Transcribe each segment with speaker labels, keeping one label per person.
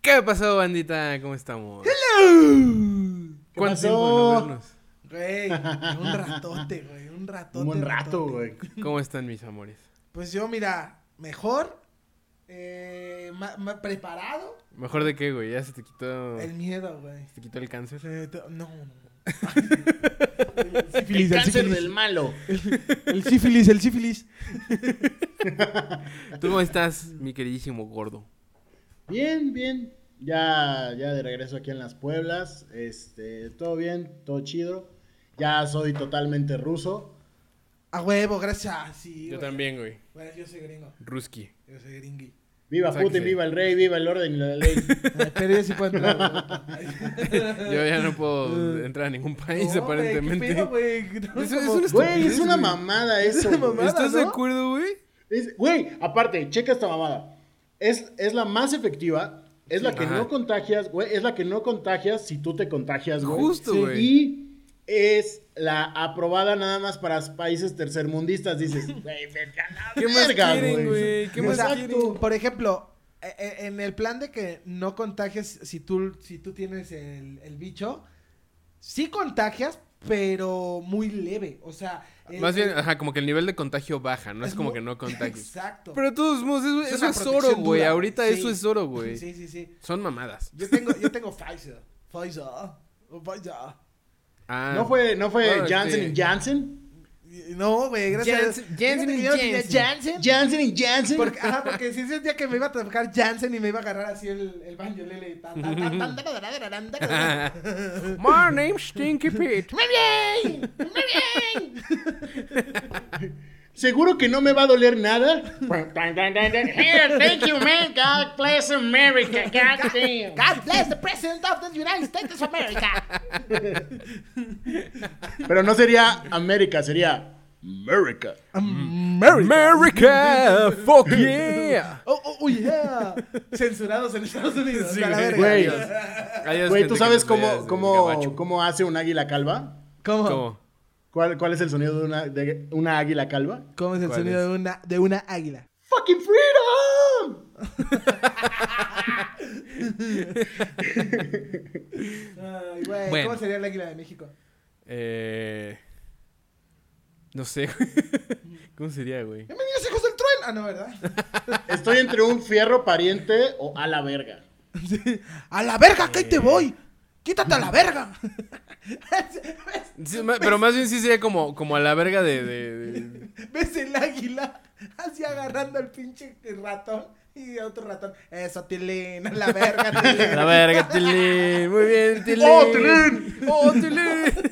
Speaker 1: ¿Qué pasó, bandita? ¿Cómo estamos?
Speaker 2: ¿Qué
Speaker 1: ¿Cuánto
Speaker 2: pasó?
Speaker 1: tiempo de no vernos?
Speaker 3: Güey, un ratote, güey, un ratote.
Speaker 2: Un buen rato,
Speaker 3: ratote.
Speaker 2: güey.
Speaker 1: ¿Cómo están mis amores?
Speaker 3: Pues yo, mira, mejor, eh, ma- ma- preparado,
Speaker 1: ¿Mejor de qué, güey? ¿Ya se te quitó,
Speaker 3: el
Speaker 1: se
Speaker 3: miedo, güey.
Speaker 1: te quitó el cáncer?
Speaker 3: Eh, te- No, no, no.
Speaker 2: El
Speaker 3: sífilis,
Speaker 2: cáncer del malo.
Speaker 3: El sífilis, el sífilis.
Speaker 1: ¿Tú cómo estás, mi queridísimo gordo?
Speaker 2: Bien, bien. Ya, ya de regreso aquí en las Pueblas. Este, todo bien, todo chido. Ya soy totalmente ruso.
Speaker 3: A huevo, gracias. Ah, Sí,
Speaker 1: Yo
Speaker 3: güey.
Speaker 1: también, güey.
Speaker 3: Bueno, yo soy gringo,
Speaker 1: Ruski.
Speaker 3: yo soy gringui.
Speaker 2: Viva
Speaker 1: O sea que
Speaker 2: Putin,
Speaker 1: sí.
Speaker 2: viva el rey, viva el orden y la ley.
Speaker 3: Eh, Pero yo sí puedo entrar,
Speaker 1: Yo ya no
Speaker 3: eh.
Speaker 1: puedo entrar a ningún país, aparentemente. Eso- eso no es-
Speaker 2: Güey, es
Speaker 1: estupidez,
Speaker 2: una
Speaker 1: güey.
Speaker 2: mamada eso.
Speaker 3: una
Speaker 2: güey.
Speaker 3: mamada,
Speaker 1: ¿Estás de
Speaker 3: ¿no?
Speaker 1: acuerdo, güey?
Speaker 2: Es- Güey, aparte, checa esta mamada. Es, es la más efectiva. Es la que
Speaker 1: Ajá.
Speaker 2: no contagias, güey. Es la que no contagias si tú te contagias, güey.
Speaker 1: Justo,
Speaker 2: Sí.
Speaker 1: güey.
Speaker 2: Y es la aprobada nada más para países tercermundistas. Dices, güey, verga, la
Speaker 1: ¿Qué más
Speaker 2: verga,
Speaker 1: quieren, güey? ¿Qué más
Speaker 2: Exacto.
Speaker 1: quieren?
Speaker 3: Por ejemplo, e- e- en el plan de que no contagies si tú, si tú tienes el, el bicho, sí contagias, pero muy leve. O sea, el-
Speaker 1: Más bien,
Speaker 3: el-
Speaker 1: ajá, como que el nivel de contagio baja, no es, como
Speaker 3: mu-
Speaker 1: que no contagies.
Speaker 3: eh. Exacto.
Speaker 1: Pero de todos modos, eso
Speaker 3: Es
Speaker 1: eso
Speaker 3: una
Speaker 1: es, oro,
Speaker 3: protección
Speaker 1: güey.
Speaker 3: dura.
Speaker 1: Ahorita
Speaker 3: Sí.
Speaker 1: eso es oro, güey.
Speaker 3: Sí, sí, sí.
Speaker 1: Son mamadas.
Speaker 3: Yo tengo, yo tengo Pfizer. Pfizer. Pfizer.
Speaker 1: Ah.
Speaker 2: ¿No fue, no fue
Speaker 1: Ah,
Speaker 2: Janssen
Speaker 1: sí.
Speaker 2: y Janssen?
Speaker 3: Y- No, güey, gracias. a Dios.
Speaker 1: Janssen- Janssen
Speaker 3: Fíjate
Speaker 1: y
Speaker 3: que yo no tenía
Speaker 1: Janssen.
Speaker 3: Janssen.
Speaker 2: Janssen y Janssen.
Speaker 3: Porque, ajá, porque si sentía que me iba a tocar Janssen y me iba a agarrar así el, el baño lele. y ta, ta, ta, ta, ta, ta, ta, ta, ta, ta, ta.
Speaker 1: My name's Stinky Pete.
Speaker 3: ¡Muy bien! ¡Muy bien!
Speaker 2: ¿Seguro que no me va a doler nada?
Speaker 4: Here, thank you, man. God bless America. God damn.
Speaker 3: God bless the President of the United States of America.
Speaker 2: Pero no sería América, sería America.
Speaker 3: Mm.
Speaker 1: America, fuck yeah.
Speaker 3: Oh, oh, oh, yeah. Censurados en Estados Unidos.
Speaker 1: Sí,
Speaker 3: a la
Speaker 1: güey.
Speaker 3: verga.
Speaker 2: Güey.
Speaker 1: Adiós,
Speaker 2: Güey,
Speaker 1: gente
Speaker 2: ¿tú
Speaker 1: que
Speaker 2: sabes
Speaker 1: nos veas
Speaker 2: cómo,
Speaker 1: del
Speaker 2: cómo,
Speaker 1: gabacho.
Speaker 2: cómo hace un águila calva?
Speaker 3: ¿Cómo? ¿Cómo?
Speaker 1: ¿Cómo?
Speaker 2: ¿Cuál, cuál es el sonido de una, de una águila calva?
Speaker 3: es el
Speaker 1: ¿Cuál
Speaker 3: sonido
Speaker 1: es?
Speaker 3: De, una, de una águila?
Speaker 2: ¡Fucking freedom!
Speaker 3: Ay, güey.
Speaker 1: Bueno.
Speaker 3: ¿Cómo sería el águila de México?
Speaker 1: Eh, no sé, ¿Cómo sería, güey?
Speaker 3: ¡Bienvenidos, hijos del trueno! Ah, no, ¿verdad?
Speaker 2: Estoy entre un fierro pariente o a la verga.
Speaker 3: ¡A la verga que ahí te voy! ¡Quítate a la verga!
Speaker 1: Sí, ma- pero más bien sí sería como, como a la verga de... de- de-
Speaker 3: ¿Ves el águila así agarrando al pinche ratón? Y a otro ratón, eso, Tilín, a la verga, Tilín.
Speaker 1: La verga, Tilín. Muy bien, Tilín.
Speaker 2: ¡Oh, Tilín!
Speaker 1: ¡Oh, Tilín!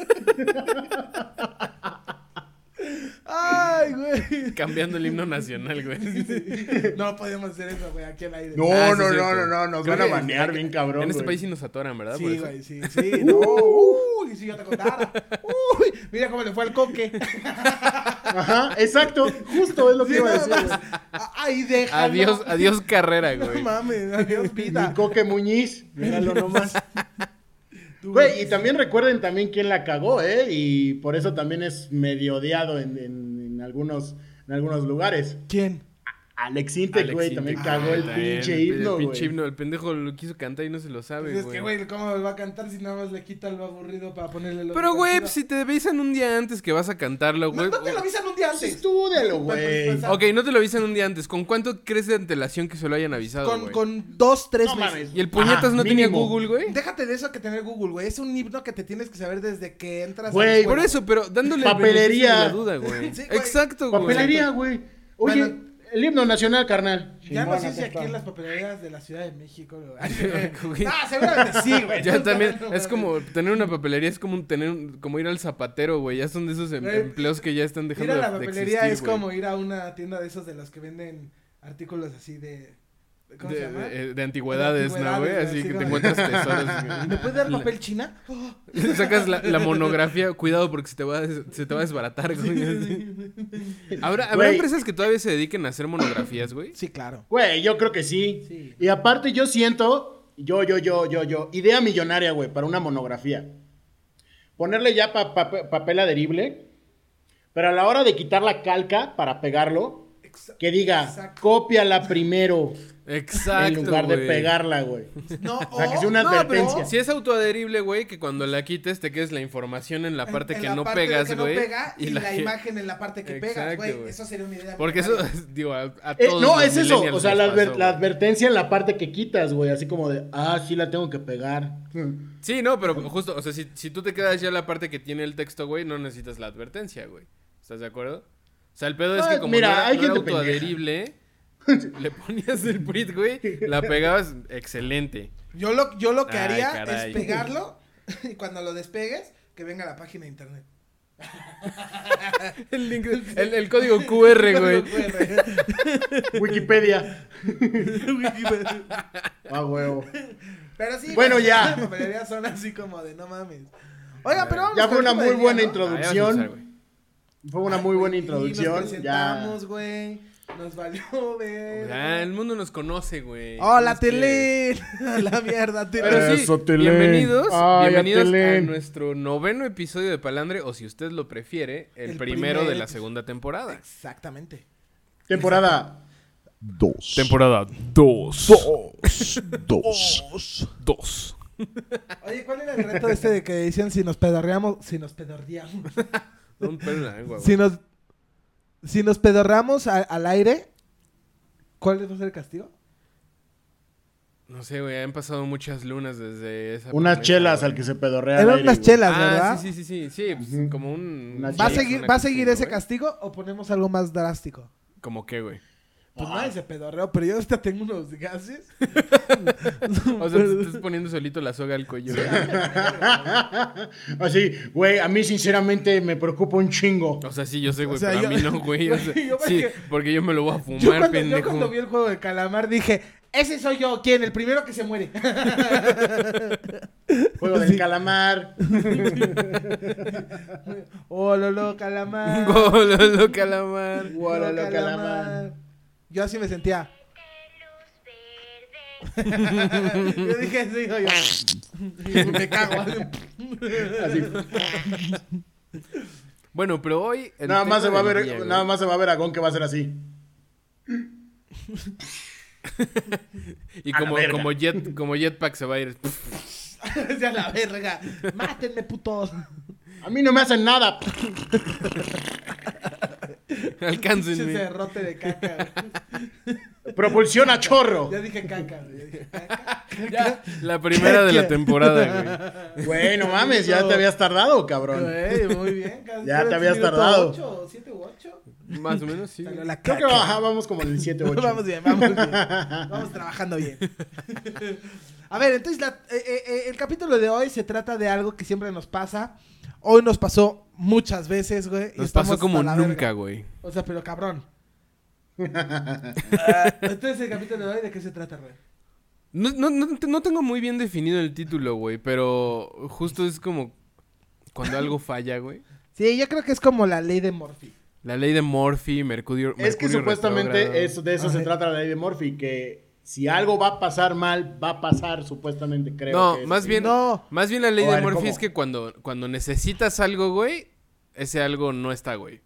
Speaker 3: Ay, güey.
Speaker 1: Cambiando el himno nacional, güey.
Speaker 3: No podíamos hacer eso, güey, aquí al aire.
Speaker 2: No,
Speaker 1: Ah, sí,
Speaker 2: no,
Speaker 1: es
Speaker 2: no,
Speaker 1: cierto.
Speaker 2: no, no, nos
Speaker 1: Creo
Speaker 2: van a
Speaker 1: que-
Speaker 2: banear bien cabrón.
Speaker 1: en este
Speaker 2: güey.
Speaker 1: país sí nos atoran, ¿verdad? Por
Speaker 3: Sí,
Speaker 1: eso. Uh.
Speaker 3: güey, sí, sí. No. Uy, si yo te contara. Uy, mira cómo le fue al coque.
Speaker 2: Ajá, exacto, justo es lo que
Speaker 3: Sí,
Speaker 2: iba a
Speaker 3: nada
Speaker 2: decir.
Speaker 3: más.
Speaker 2: güey.
Speaker 3: A- Ay, déjalo.
Speaker 1: Adiós, adiós carrera,
Speaker 3: No
Speaker 1: güey.
Speaker 3: mames, adiós vida.
Speaker 2: Mi coque Muñiz, míralo nomás.
Speaker 3: Tú,
Speaker 2: Güey, y también recuerden también quién la cagó, ¿eh? Y por eso también es medio odiado en, en- en algunos, en algunos lugares.
Speaker 3: ¿Quién?
Speaker 2: Alex Intec,
Speaker 1: Alex
Speaker 2: güey, también
Speaker 1: Intec,
Speaker 2: cagó el
Speaker 1: también,
Speaker 2: pinche
Speaker 1: el
Speaker 2: himno,
Speaker 1: pinche
Speaker 2: güey.
Speaker 1: himno, el pendejo lo quiso cantar y no se lo sabe,
Speaker 3: Pues
Speaker 1: güey.
Speaker 3: es que, güey, ¿cómo me va a cantar si nada más le quita lo aburrido para ponerle lo
Speaker 1: Pero, güey, pues,
Speaker 3: divertido?
Speaker 1: si te avisan un día antes que vas a cantarlo,
Speaker 3: No,
Speaker 1: güey.
Speaker 3: no te lo avisan un día antes. Pues,
Speaker 2: Estúdialo, güey.
Speaker 3: pues, pues,
Speaker 1: Ok, no te lo avisan un día antes. ¿Con cuánto crees de antelación que se lo hayan avisado,
Speaker 3: Con,
Speaker 1: güey?
Speaker 3: con dos, tres
Speaker 2: No
Speaker 3: meses.
Speaker 2: mames.
Speaker 1: Y el puñetas
Speaker 2: Ajá,
Speaker 1: no tenía
Speaker 2: mínimo.
Speaker 1: Google, güey.
Speaker 3: Déjate de eso que tener Google, güey. Es un himno que te tienes que saber desde que entras.
Speaker 2: Güey,
Speaker 3: a la
Speaker 1: Por
Speaker 3: escuela.
Speaker 1: eso, pero dándole el
Speaker 2: Papelería.
Speaker 1: beneficio de la duda, güey.
Speaker 3: Sí, güey.
Speaker 1: Exacto, güey.
Speaker 2: Papelería, güey. Oye,
Speaker 3: Bueno.
Speaker 2: el himno nacional, carnal.
Speaker 3: Ya no
Speaker 2: Chingón,
Speaker 3: sé si aquí
Speaker 2: está.
Speaker 3: en las papelerías de la Ciudad de México. güey.
Speaker 1: Güey.
Speaker 3: no, seguramente sí, güey.
Speaker 1: Ya también,
Speaker 3: No,
Speaker 1: es como tener una papelería, es como un- tener un- como ir al zapatero, güey. Ya son de esos em-
Speaker 3: Güey,
Speaker 1: empleos que ya están
Speaker 3: Eh, Ir
Speaker 1: dejando
Speaker 3: a la
Speaker 1: de- de
Speaker 3: papelería
Speaker 1: existir,
Speaker 3: es
Speaker 1: güey.
Speaker 3: como ir a una tienda de esos de los que venden artículos así de. ¿Cómo se
Speaker 1: de, eh,
Speaker 3: llama?
Speaker 1: de- de antigüedades, ¿no,
Speaker 3: antigüedades,
Speaker 1: güey?
Speaker 3: güey,
Speaker 1: Así
Speaker 3: así
Speaker 1: que te
Speaker 3: como-
Speaker 1: encuentras tesoros. güey.
Speaker 3: Ah, ¿Me puedes dar papel china? Oh,
Speaker 1: Le sacas la, la monografía, cuidado porque se te va a, des- se te va a desbaratar, güey. ¿Habrá, habrá
Speaker 2: Güey.
Speaker 1: empresas que todavía se dediquen a hacer monografías, güey?
Speaker 3: sí, claro.
Speaker 2: Güey, yo creo que sí.
Speaker 3: Sí.
Speaker 2: Y aparte yo siento, yo, yo, yo, yo, yo, idea millonaria, güey, para una monografía. Ponerle ya pa- pa- papel adherible, pero a la hora de quitar la calca para pegarlo,
Speaker 3: Exa-
Speaker 2: Que diga,
Speaker 3: Exacto.
Speaker 2: cópiala primero
Speaker 1: Exacto.
Speaker 2: en lugar de
Speaker 1: güey.
Speaker 2: pegarla, güey.
Speaker 3: No,
Speaker 2: O sea, que
Speaker 3: o-
Speaker 2: sea una
Speaker 3: no,
Speaker 2: advertencia.
Speaker 1: Si es autoadherible, güey, que cuando la quites te quedes la información en la
Speaker 3: en-
Speaker 1: parte
Speaker 3: en
Speaker 1: que
Speaker 3: la
Speaker 1: no
Speaker 3: parte
Speaker 1: pegas,
Speaker 3: que no
Speaker 1: güey.
Speaker 3: pega y, la,
Speaker 1: que-
Speaker 3: imagen en la parte que pegas,
Speaker 1: Exacto,
Speaker 3: güey.
Speaker 1: güey.
Speaker 3: Eso sería una idea.
Speaker 1: Porque eso,
Speaker 3: millonaria.
Speaker 1: digo, a, a
Speaker 2: Eh,
Speaker 1: todos
Speaker 2: no,
Speaker 1: los
Speaker 2: es eso.
Speaker 1: millennials
Speaker 2: O sea,
Speaker 1: les
Speaker 2: la,
Speaker 1: pasó,
Speaker 2: adver-
Speaker 1: güey.
Speaker 2: la advertencia en la parte que quitas, güey. Así como de, ah, sí la tengo que pegar.
Speaker 1: Sí, no, pero justo, o sea, si, si tú te quedas ya en la parte que tiene el texto, güey, no necesitas la advertencia, güey. ¿Estás de acuerdo? O sea, el pedo es
Speaker 2: Ah,
Speaker 1: que como
Speaker 2: mira,
Speaker 1: no era,
Speaker 2: hay
Speaker 1: no era
Speaker 2: gente pendeja.
Speaker 1: autoadherible, le ponías el print, güey, la pegabas, excelente.
Speaker 3: Yo lo, yo lo que
Speaker 1: Ay,
Speaker 3: haría
Speaker 1: caray.
Speaker 3: es pegarlo y cuando lo despegues, que venga a la página de internet.
Speaker 1: El, link, el, el código QR, güey.
Speaker 2: Wikipedia. Ah, huevo.
Speaker 3: Pero sí.
Speaker 2: Bueno,
Speaker 3: güey,
Speaker 2: ya.
Speaker 3: La mayoría son así como de no mames. Oiga, pero vamos
Speaker 2: Ya
Speaker 3: con
Speaker 2: fue
Speaker 3: el
Speaker 2: una
Speaker 3: tema
Speaker 2: muy
Speaker 3: del
Speaker 2: buena
Speaker 3: día, ¿no?
Speaker 1: Ah, ya vas a
Speaker 2: introducción.
Speaker 1: empezar, güey.
Speaker 2: Fue una muy buena
Speaker 3: Y Nos
Speaker 2: introducción. Ya.
Speaker 3: presentamos, güey. Nos valió, güey.
Speaker 1: Ya, el mundo nos conoce, güey.
Speaker 3: Hola,
Speaker 1: Tienes que-
Speaker 3: Oh, Tele. A la mierda, Tele.
Speaker 1: Pero sí,
Speaker 2: Eso, Telén.
Speaker 1: bienvenidos,
Speaker 2: Ay, a
Speaker 1: bienvenidos a,
Speaker 2: Telén.
Speaker 1: nuestro noveno episodio de Palandre, o si usted lo prefiere, el,
Speaker 3: El
Speaker 1: primero
Speaker 3: primer
Speaker 1: de la
Speaker 3: episodio.
Speaker 1: segunda temporada.
Speaker 3: Exactamente.
Speaker 2: Temporada.
Speaker 5: Dos.
Speaker 1: Temporada 2.
Speaker 5: Dos. Dos.
Speaker 1: Dos.
Speaker 3: Oye, ¿cuál era el reto este de que decían si nos pedorreamos? Si nos pedorreamos.
Speaker 1: Un pelo en la lengua, güey.
Speaker 3: Si nos, si nos pedorramos a- al aire, ¿cuál va a ser el castigo?
Speaker 1: No sé, güey, han pasado muchas lunas desde esa.
Speaker 2: Unas
Speaker 1: promesa,
Speaker 2: chelas
Speaker 1: güey.
Speaker 2: al que se pedorrea. al
Speaker 3: Eran
Speaker 2: aire,
Speaker 3: unas
Speaker 2: güey.
Speaker 3: chelas,
Speaker 1: Ah,
Speaker 3: ¿verdad?
Speaker 1: sí, sí, sí, sí, sí, pues,
Speaker 2: Ujú.
Speaker 1: como un...
Speaker 2: Una
Speaker 3: ¿Va a
Speaker 2: Sí,
Speaker 3: seguir, ¿va a seguir ese castigo o ponemos algo más drástico?
Speaker 1: Como qué, güey.
Speaker 3: Pues nadie se pedorreó, pero yo hasta tengo unos gases.
Speaker 1: O sea, te estás poniendo solito la soga al cuello. güey.
Speaker 2: Así, Ah, güey, a mí sinceramente me preocupa un chingo.
Speaker 1: O sea, sí, yo sé, güey,
Speaker 3: O sea,
Speaker 1: pero
Speaker 3: yo-
Speaker 1: a mí no, güey. o sea,
Speaker 3: Güey, yo
Speaker 1: sí,
Speaker 3: porque-
Speaker 1: porque yo me lo voy a fumar,
Speaker 3: yo, cuando, yo
Speaker 1: pendejo.
Speaker 3: cuando vi el juego de calamar dije, ese soy yo, ¿quién? El primero que se muere.
Speaker 2: Juego del calamar.
Speaker 3: oh, lolo, calamar.
Speaker 1: Gololo calamar.
Speaker 2: Guaralo,
Speaker 3: Lolo,
Speaker 2: calamar.
Speaker 3: Yo así me sentía. yo dije, sí, soy yo. Y me cago.
Speaker 2: Así.
Speaker 1: Bueno, pero hoy. el
Speaker 2: Nada
Speaker 1: tema
Speaker 2: más se va a
Speaker 1: del
Speaker 2: ver,
Speaker 1: día, güey.
Speaker 2: nada más se va a ver a Gon que va a ser así.
Speaker 1: Y
Speaker 2: a la
Speaker 1: como,
Speaker 2: verga.
Speaker 1: como, jet, como Jetpack se va a ir.
Speaker 3: Así a la verga. Mátenme, putos.
Speaker 2: A mí no me hacen nada.
Speaker 3: Ese
Speaker 1: Alcáncenme.
Speaker 3: derrote de caca. güey.
Speaker 2: Propulsión a chorro.
Speaker 3: Ya dije caca. güey, ya dije caca.
Speaker 1: Ya, la primera de la temporada,
Speaker 2: Güey, no mames, ya te habías tardado, cabrón.
Speaker 3: Güey, muy bien. casi
Speaker 2: Ya
Speaker 3: era
Speaker 2: te
Speaker 3: el
Speaker 2: habías
Speaker 3: minuto
Speaker 2: tardado.
Speaker 3: ocho, siete u ocho.
Speaker 1: güey. Más o menos, sí.
Speaker 3: Salió
Speaker 1: güey.
Speaker 3: la
Speaker 2: Creo que
Speaker 3: caca.
Speaker 2: ajá, vamos como en el 7-8.
Speaker 3: Vamos bien, vamos bien. Vamos trabajando bien. A ver, entonces la- eh, eh, eh, el capítulo de hoy se trata de algo que siempre nos pasa. Hoy nos pasó muchas veces, güey. y
Speaker 1: Nos
Speaker 3: estamos
Speaker 1: pasó como
Speaker 3: hasta la
Speaker 1: nunca,
Speaker 3: verga.
Speaker 1: güey.
Speaker 3: O sea, pero cabrón. Ah, entonces el capítulo de hoy, ¿de qué se trata, güey?
Speaker 1: No, no, no, te- no tengo muy bien definido el título, güey, pero justo es como cuando algo falla, güey.
Speaker 3: Sí, yo creo que es como la ley de Morphy.
Speaker 1: La ley de Morphy, Mercurio.
Speaker 2: Es que
Speaker 1: Mercurio
Speaker 2: supuestamente
Speaker 1: retrógrado.
Speaker 2: eso, de eso
Speaker 3: Ajá.
Speaker 2: se trata la ley de Murphy, que si algo va a pasar mal, va a pasar, supuestamente, creo. que
Speaker 1: No,
Speaker 2: es
Speaker 1: más
Speaker 2: así.
Speaker 1: bien.
Speaker 3: No.
Speaker 1: Más bien la ley
Speaker 2: O a
Speaker 1: de
Speaker 2: ver,
Speaker 1: Morphy
Speaker 2: ¿cómo?
Speaker 1: es que cuando, cuando necesitas algo, güey, ese algo no está, güey.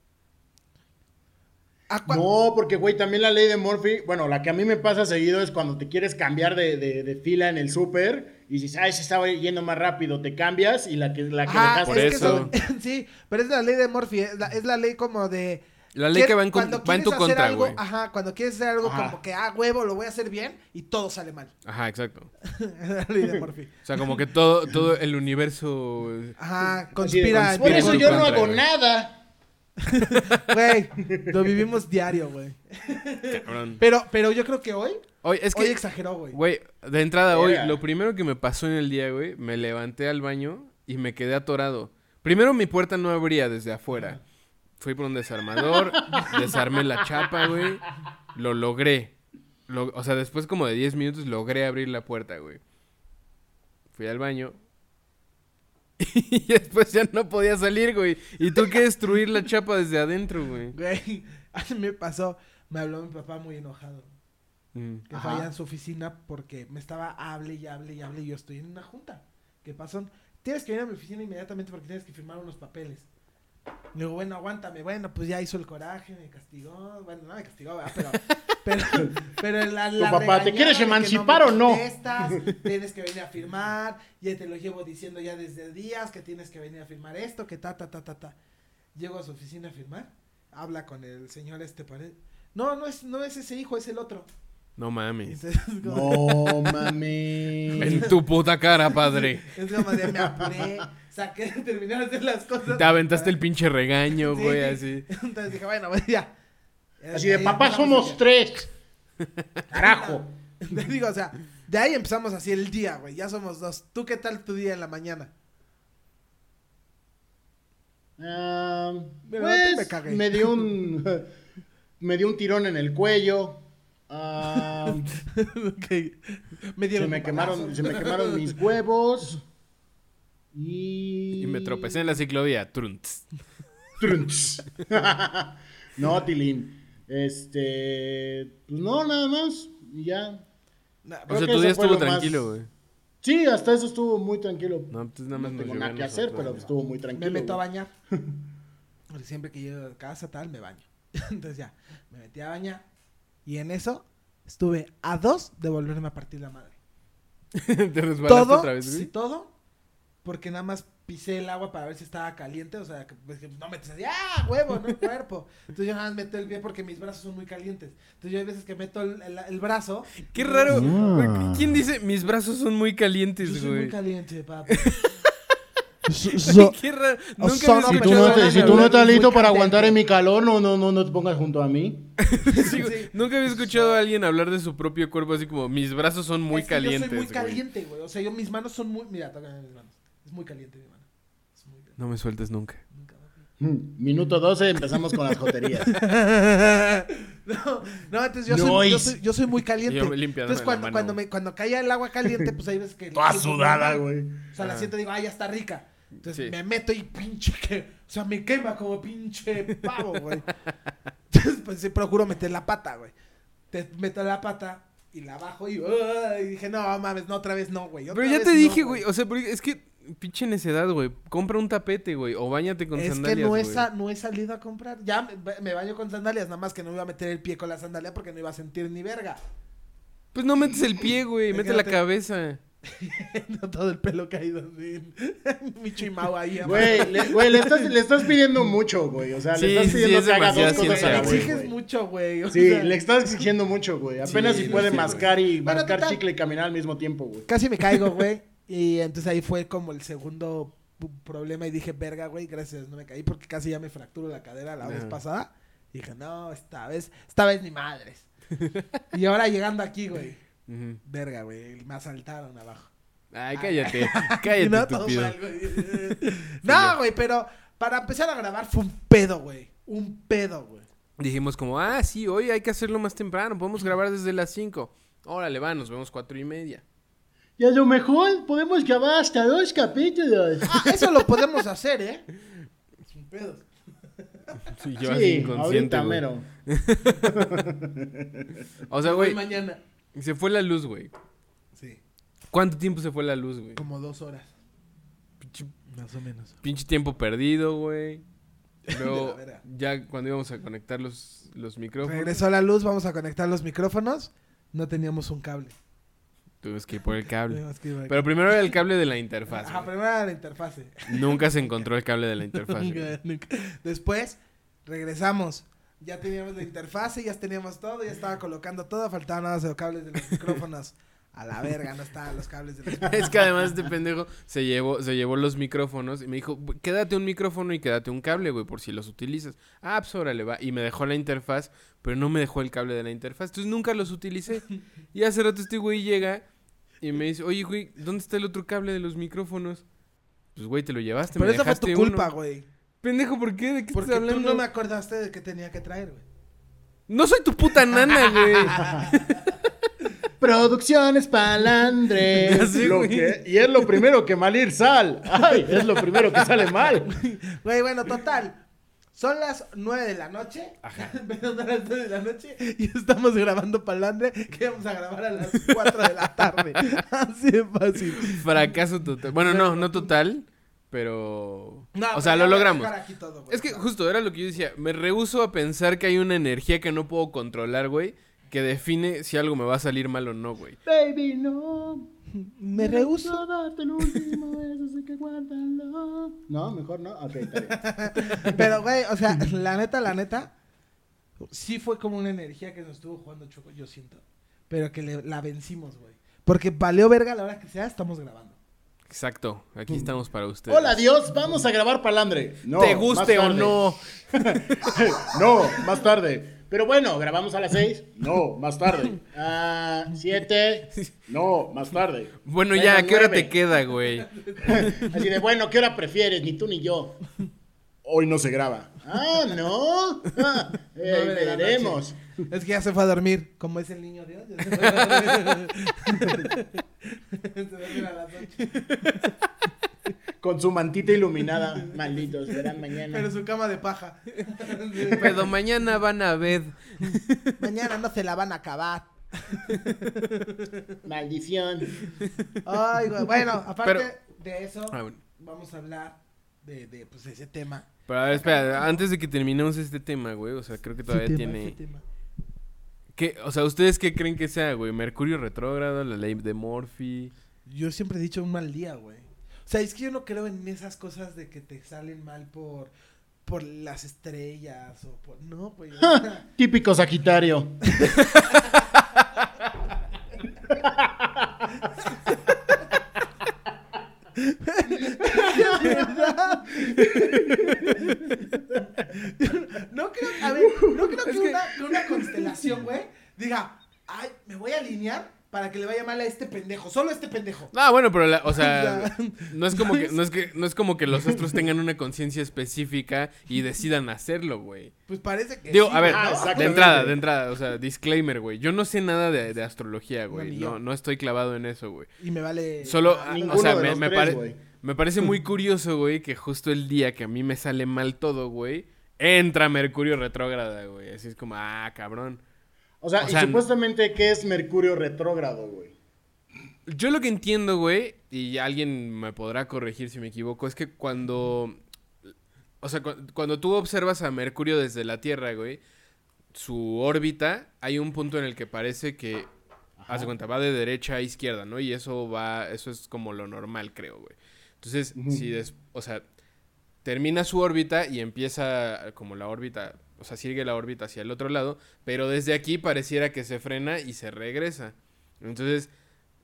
Speaker 3: Ah, cua-
Speaker 2: No, porque, güey, también la ley de Murphy, bueno, la que a mí me pasa seguido es cuando te quieres cambiar de, de- de fila en el súper y dices, ay, se estaba yendo más rápido, te cambias y la que, la que
Speaker 3: Ajá,
Speaker 1: por
Speaker 2: dejaste
Speaker 3: es
Speaker 1: eso.
Speaker 3: que es- sí, pero es la ley de Morphy. Es la, es la ley como de.
Speaker 1: La ley
Speaker 3: Quier-
Speaker 1: que va en, con-
Speaker 3: cuando
Speaker 1: va en tu
Speaker 3: quieres hacer
Speaker 1: contra,
Speaker 3: algo-
Speaker 1: güey.
Speaker 3: Ajá, cuando quieres hacer algo
Speaker 2: Ajá.
Speaker 3: como que, ah, huevo, lo voy a hacer bien y todo sale mal.
Speaker 1: Ajá, exacto.
Speaker 3: La ley de Morphy.
Speaker 1: O sea, como que todo, todo el universo. eh,
Speaker 3: Ajá,
Speaker 2: Así de,
Speaker 3: conspira.
Speaker 2: Por eso
Speaker 1: en tu
Speaker 2: yo no
Speaker 1: contra,
Speaker 2: hago
Speaker 1: güey.
Speaker 2: nada.
Speaker 3: Güey, lo vivimos diario, güey.
Speaker 1: Cabrón.
Speaker 3: Pero, pero yo creo que hoy,
Speaker 1: Hoy, es
Speaker 3: hoy
Speaker 1: que,
Speaker 3: exageró, güey.
Speaker 1: güey, de entrada hoy,
Speaker 2: Era.
Speaker 1: lo primero que me pasó en el día, güey, me levanté al baño y me quedé atorado. Primero mi puerta no abría desde afuera. Fui por un desarmador, desarmé la chapa, güey. Lo logré. Lo- o sea, después como de 10 minutos logré abrir la puerta, güey. Fui al baño. Y después ya no podía salir, güey. Y tuve que destruir la chapa desde adentro, güey.
Speaker 3: Güey, a mí me pasó, me habló mi papá muy enojado.
Speaker 1: Mm.
Speaker 3: Que
Speaker 2: Ajá.
Speaker 3: falla en su oficina porque me estaba hable y hable y hable y yo estoy en una junta. ¿Qué pasó? Tienes que venir a mi oficina inmediatamente porque tienes que firmar unos papeles. Y digo, bueno, aguántame. Bueno, pues ya hizo el coraje, me castigó. Bueno, no me castigó, ¿verdad? Pero, pero, pero la, la
Speaker 2: papá, ¿te
Speaker 3: regañada
Speaker 2: quieres
Speaker 3: de que
Speaker 2: emancipar
Speaker 3: me
Speaker 2: o no?
Speaker 3: contestas, tienes que venir a firmar. Ya te lo llevo diciendo ya desde días que tienes que venir a firmar esto, que ta, ta, ta, ta, ta. Llego a su oficina a firmar. Habla con el señor este pared. No, no es, no es ese hijo, es el otro.
Speaker 1: No mames.
Speaker 3: Entonces, es como-
Speaker 2: No mames.
Speaker 1: En tu puta cara, padre.
Speaker 3: Es como de me apuré, saqué, terminé de hacer las cosas.
Speaker 1: Te aventaste el pinche regaño,
Speaker 3: Sí,
Speaker 1: güey,
Speaker 3: sí.
Speaker 1: así.
Speaker 3: Entonces dije, bueno, pues ya.
Speaker 2: Así de
Speaker 3: Ahí
Speaker 2: papá
Speaker 3: empezamos
Speaker 2: somos
Speaker 3: el
Speaker 2: tres. Carajo.
Speaker 3: día. Te digo, o sea, de ahí empezamos así el día, güey. Ya somos dos. ¿Tú qué tal tu día en la mañana?
Speaker 2: Ah,
Speaker 3: Pero
Speaker 2: pues,
Speaker 3: no te me cagué.
Speaker 2: me dio un me dio un tirón en el cuello. Ah,
Speaker 3: Ok. Me
Speaker 2: se
Speaker 3: dieron
Speaker 2: me
Speaker 3: un
Speaker 2: quemaron
Speaker 3: balazo.
Speaker 2: se me quemaron mis huevos. Y
Speaker 1: Y me tropecé en la ciclovía. Trunts.
Speaker 2: Trunch. no, Tilín. Este, pues no, nada más y ya.
Speaker 3: No,
Speaker 1: O
Speaker 2: Creo
Speaker 1: sea,
Speaker 2: que
Speaker 1: tu día
Speaker 2: eso fue
Speaker 1: estuvo
Speaker 2: lo más-
Speaker 1: tranquilo, güey.
Speaker 2: Sí, hasta eso estuvo muy tranquilo. No,
Speaker 1: No, pues nada más nos
Speaker 2: tengo
Speaker 1: llovió
Speaker 2: nada
Speaker 1: a
Speaker 2: que hacer,
Speaker 1: nosotros,
Speaker 2: pero
Speaker 1: güey.
Speaker 2: estuvo muy tranquilo.
Speaker 3: me meto a
Speaker 2: güey.
Speaker 3: bañar. Porque siempre que llego a casa, tal, me baño. Entonces ya, me metí a bañar. Y en eso estuve a dos de volverme a partir la madre.
Speaker 1: Te resbalaste
Speaker 3: todo,
Speaker 1: otra vez, güey.
Speaker 3: sí, todo, porque nada más pisé el agua para ver si estaba caliente, o sea, que, pues, que no metes así, ¡ah, huevo, no el cuerpo! Entonces yo nada más meto el pie porque mis brazos son muy calientes. Entonces yo hay veces que meto el, el- el brazo.
Speaker 1: Qué raro. güey,
Speaker 5: Ah.
Speaker 1: ¿Quién dice mis brazos son muy
Speaker 3: Yo
Speaker 1: calientes,
Speaker 3: soy muy
Speaker 1: güey?
Speaker 3: caliente, papi.
Speaker 5: So-
Speaker 1: Qué raro.
Speaker 5: O
Speaker 1: Nunca
Speaker 5: sea,
Speaker 1: había
Speaker 2: Oh, Si tú
Speaker 1: escuchado
Speaker 2: no,
Speaker 1: a
Speaker 2: te- si
Speaker 1: alguien
Speaker 2: tú no
Speaker 1: hablar-
Speaker 2: estás listo para
Speaker 3: Muy caliente.
Speaker 2: aguantar en mi calor, no, no, no, no te pongas junto a mí.
Speaker 1: Sí, güey. Nunca había escuchado a alguien hablar de su propio cuerpo así como mis brazos son muy
Speaker 3: Es que
Speaker 1: calientes.
Speaker 3: Yo soy muy
Speaker 1: güey".
Speaker 3: caliente, güey. O sea, yo mis manos son muy. Mira, tocan mis manos. Es muy caliente mi mano. Es muy caliente.
Speaker 1: No me sueltes nunca.
Speaker 3: Nunca, papi.
Speaker 2: Mm, Minuto 12, empezamos con las joterías.
Speaker 3: no, no, entonces yo soy, yo,
Speaker 2: Nois.
Speaker 3: soy, yo soy muy caliente.
Speaker 1: Yo me limpio,
Speaker 3: entonces
Speaker 1: dame
Speaker 3: cuando,
Speaker 1: la mano,
Speaker 3: cuando,
Speaker 1: güey.
Speaker 3: me, cuando cae el agua caliente, pues ahí ves que...
Speaker 2: Toda sudada, güey.
Speaker 3: O sea, la
Speaker 1: Ajá.
Speaker 3: siento y digo, ah, ya está rica. Entonces
Speaker 1: Sí.
Speaker 3: me meto y pinche que... O sea, me quema como pinche pavo, güey. Entonces pues sí, procuro meter la pata, güey. Te meto la pata y la bajo y... ¡ah! y dije, no, mames, no, otra vez no, güey.
Speaker 1: Pero
Speaker 3: otra
Speaker 1: ya
Speaker 3: vez
Speaker 1: te
Speaker 3: no,
Speaker 1: dije, güey. O sea, porque es que pinche necedad, güey. Compra un tapete, güey. O bañate con
Speaker 3: Es que
Speaker 1: sandalias.
Speaker 3: no he,
Speaker 1: güey.
Speaker 3: sa- no he salido a comprar. Ya me, me baño con sandalias, nada más que no me iba a meter el pie con la sandalia porque no iba a sentir ni verga.
Speaker 1: Pues no metes el pie, güey.
Speaker 3: Es que
Speaker 1: Mete
Speaker 3: no
Speaker 1: la
Speaker 3: te-
Speaker 1: cabeza.
Speaker 3: No todo el pelo caído así. Micho y Mau ahí.
Speaker 2: Güey, le, güey, le estás, le estás pidiendo mucho, güey. O sea,
Speaker 1: Sí,
Speaker 2: le estás
Speaker 1: sí,
Speaker 2: pidiendo
Speaker 1: es
Speaker 2: que haga dos
Speaker 1: demasiada
Speaker 2: cosas
Speaker 1: ciencia,
Speaker 2: a la
Speaker 3: Le
Speaker 2: vez,
Speaker 1: güey,
Speaker 3: exiges
Speaker 2: güey.
Speaker 3: mucho, güey. o
Speaker 2: Sí,
Speaker 3: sea,
Speaker 2: le estás exigiendo mucho, güey. Apenas
Speaker 1: Sí,
Speaker 2: si
Speaker 1: sí,
Speaker 2: puede
Speaker 1: sí,
Speaker 2: mascar y
Speaker 3: Bueno,
Speaker 2: mascar
Speaker 3: total.
Speaker 2: chicle y caminar al mismo tiempo, güey.
Speaker 3: Casi me caigo, güey. Y entonces ahí fue como el segundo pu- problema y dije, verga, güey, gracias, no me caí porque casi ya me fracturo la cadera la vez
Speaker 1: Ajá.
Speaker 3: pasada. Y dije, no, esta vez, esta vez ni madres. y ahora llegando aquí, güey.
Speaker 1: Ujú.
Speaker 3: Verga, güey, me asaltaron abajo.
Speaker 1: Ay, cállate. Cállate,
Speaker 3: no, todo
Speaker 1: estúpido.
Speaker 3: mal, güey. no, güey, pero para empezar a grabar fue un pedo, güey. Un pedo, güey.
Speaker 1: Dijimos como, ah, sí, hoy hay que hacerlo más temprano. Podemos grabar desde las 5. Órale, va, nos vemos cuatro y media.
Speaker 2: Y a lo mejor podemos grabar hasta dos capítulos.
Speaker 3: Ah, eso lo podemos hacer, ¿eh? Sin pedos.
Speaker 1: Sí, yo así
Speaker 2: Sí,
Speaker 1: inconsciente,
Speaker 2: ahorita
Speaker 1: güey.
Speaker 2: mero.
Speaker 1: O sea,
Speaker 3: Hoy
Speaker 1: güey,
Speaker 3: mañana.
Speaker 1: se fue la luz, güey.
Speaker 3: Sí.
Speaker 1: ¿Cuánto tiempo se fue la luz, güey?
Speaker 3: Como dos horas.
Speaker 1: Pinche,
Speaker 3: Más o menos.
Speaker 1: pinche tiempo perdido, güey.
Speaker 3: la
Speaker 1: Luego,
Speaker 3: verga.
Speaker 1: ya cuando íbamos a conectar los, los micrófonos,
Speaker 3: Regresó la luz, vamos a conectar los micrófonos. No teníamos un cable.
Speaker 1: tuvimos que ir por el cable.
Speaker 3: Teníamos que ir a-
Speaker 1: Pero primero era el cable de la interfaz.
Speaker 3: Ajá,
Speaker 1: güey.
Speaker 3: primero era la eh. interfase.
Speaker 1: Nunca se encontró el cable de la interfaz. güey.
Speaker 3: Nunca, nunca. Después regresamos. Ya teníamos la interfase, ya teníamos todo, ya estaba colocando todo, faltaban nada más los cables de los micrófonos. A la verga, no estaban los cables de los micrófonos.
Speaker 1: Es que además este pendejo se llevó, se llevó los micrófonos y me dijo, "Bu- quédate un micrófono y quédate un cable, güey, por si los utilizas. Ah, pues órale, va. Y me dejó la interfaz, pero no me dejó el cable de la interfaz. Entonces nunca los utilicé. Y hace rato este güey llega y me dice, oye, güey, ¿dónde está el otro cable de los micrófonos? Pues, güey, te lo llevaste,
Speaker 3: Pero
Speaker 1: me
Speaker 3: esa fue tu
Speaker 1: dejaste
Speaker 3: culpa,
Speaker 1: uno.
Speaker 3: güey.
Speaker 1: Pendejo, ¿por qué? ¿De qué
Speaker 3: Porque
Speaker 1: estás hablando?
Speaker 3: tú no me acordaste de que tenía que traer, güey.
Speaker 1: No soy tu puta nana, güey.
Speaker 2: Producciones Palandre.
Speaker 1: Ya sé,
Speaker 2: Lo
Speaker 1: güey.
Speaker 2: que- y es lo primero que mal ir sal. Ay, es lo primero que sale mal.
Speaker 3: Güey, bueno, total. Son las 9 de la noche. Perdón, son las 9 de la noche. Y estamos grabando Palandre, que vamos a grabar a las 4 de la tarde. Así de fácil.
Speaker 1: Fracaso total. Bueno, no, no total, pero...
Speaker 3: No,
Speaker 1: O
Speaker 3: pero
Speaker 1: sea,
Speaker 3: ya
Speaker 1: lo
Speaker 3: voy a
Speaker 1: logramos.
Speaker 3: dejar aquí todo, güey.
Speaker 1: Es que
Speaker 3: No.
Speaker 1: justo era lo que yo decía. Me rehuso a pensar que hay una energía que no puedo controlar, güey, que define si algo me va a salir mal o no, güey.
Speaker 2: Baby, no.
Speaker 3: me rehuso.
Speaker 2: Date el último beso, así que guárdalo. No, mejor no. Ok, está bien.
Speaker 3: Pero, güey, o sea, la neta, la neta, sí fue como una energía que nos estuvo jugando Choco, yo siento. Pero que le- la vencimos, güey. Porque valió verga a la hora que sea, estamos grabando.
Speaker 1: Exacto. Aquí estamos para ustedes.
Speaker 2: Hola Dios, vamos a grabar Palandre. Este, No,
Speaker 1: Mm. te
Speaker 2: más
Speaker 1: guste o
Speaker 2: tarde.
Speaker 1: no.
Speaker 2: No, más tarde. Pero bueno, grabamos a las 6. No, más tarde. Ah, 7. No, más tarde.
Speaker 1: Bueno, ya, ¿a
Speaker 2: Bueno,
Speaker 1: qué hora
Speaker 2: nueve.
Speaker 1: te queda, güey?
Speaker 2: Así de, bueno, ¿qué hora prefieres? Ni tú ni yo. Hoy no se graba. Ah, no. Ah, eh,
Speaker 3: Nueve de la
Speaker 2: veremos.
Speaker 3: Es que ya se fue a dormir, como es el niño Dios. ya se fue a dormir. Se duerme a las ocho.
Speaker 2: Con su mantita iluminada. Malditos, verán
Speaker 3: Pero
Speaker 2: mañana.
Speaker 3: su cama de paja.
Speaker 1: Pero mañana van a ver.
Speaker 3: Mañana no se la van a acabar.
Speaker 2: Maldición.
Speaker 3: Ay, güey. Bueno, aparte
Speaker 1: Pero-
Speaker 3: de eso,
Speaker 1: Ah, bueno.
Speaker 3: vamos a hablar de, de, pues, ese tema.
Speaker 1: Pero a ver, espera, antes de que terminemos este tema, güey, o sea, creo que todavía
Speaker 3: Ese tema,
Speaker 1: tiene...
Speaker 3: ese tema.
Speaker 1: ¿Qué? O sea, ¿ustedes qué creen que sea, güey? Mercurio retrógrado, la ley de Morphy.
Speaker 3: Yo siempre he dicho un mal día, güey. O sea, es que yo no creo en esas cosas de que te salen mal por por las estrellas o por no, güey. o sea,
Speaker 2: Típico Sagitario.
Speaker 3: no creo, a ver, no creo que, una, que una constelación, güey, diga, "Ay, me voy a alinear para que le vaya mal a este pendejo, solo a este pendejo."
Speaker 1: Ah, bueno, pero la- o sea,
Speaker 3: Ya.
Speaker 1: no es como que, no es que, no es como que los astros tengan una conciencia específica y decidan hacerlo, güey.
Speaker 3: Pues parece que
Speaker 1: Digo,
Speaker 3: sí,
Speaker 1: a ver,
Speaker 3: ¿no?
Speaker 2: Ah, exacto.
Speaker 1: de
Speaker 2: exactamente.
Speaker 1: entrada, de entrada, o sea, disclaimer, güey. Yo no sé nada de, de astrología, güey.
Speaker 3: ni
Speaker 1: No,
Speaker 3: yo.
Speaker 1: no estoy clavado en eso, güey.
Speaker 3: Y me vale
Speaker 1: Solo,
Speaker 3: Ah,
Speaker 1: ah,
Speaker 2: Eh, ninguno
Speaker 1: o sea,
Speaker 2: de
Speaker 1: me,
Speaker 2: los
Speaker 1: me
Speaker 2: tres,
Speaker 1: pare-
Speaker 2: güey.
Speaker 1: me parece muy curioso, güey, que justo el día que a mí me sale mal todo, güey, entra Mercurio retrógrada, güey. Así es como, ah, cabrón.
Speaker 2: O sea,
Speaker 1: O
Speaker 2: y
Speaker 1: sea,
Speaker 2: supuestamente, ¿qué es Mercurio retrógrado, güey?
Speaker 1: Yo lo que entiendo, güey, y alguien me podrá corregir si me equivoco, es que cuando. O sea, cu- cuando tú observas a Mercurio desde la Tierra, güey, su órbita, hay un punto en el que parece que. Haz de cuenta, va de derecha a izquierda, ¿no? Y eso va. Eso es como lo normal, creo, güey. Entonces, si des- O sea, termina su órbita y empieza como la órbita. O sea, sigue la órbita hacia el otro lado, pero desde aquí pareciera que se frena y se regresa. Entonces,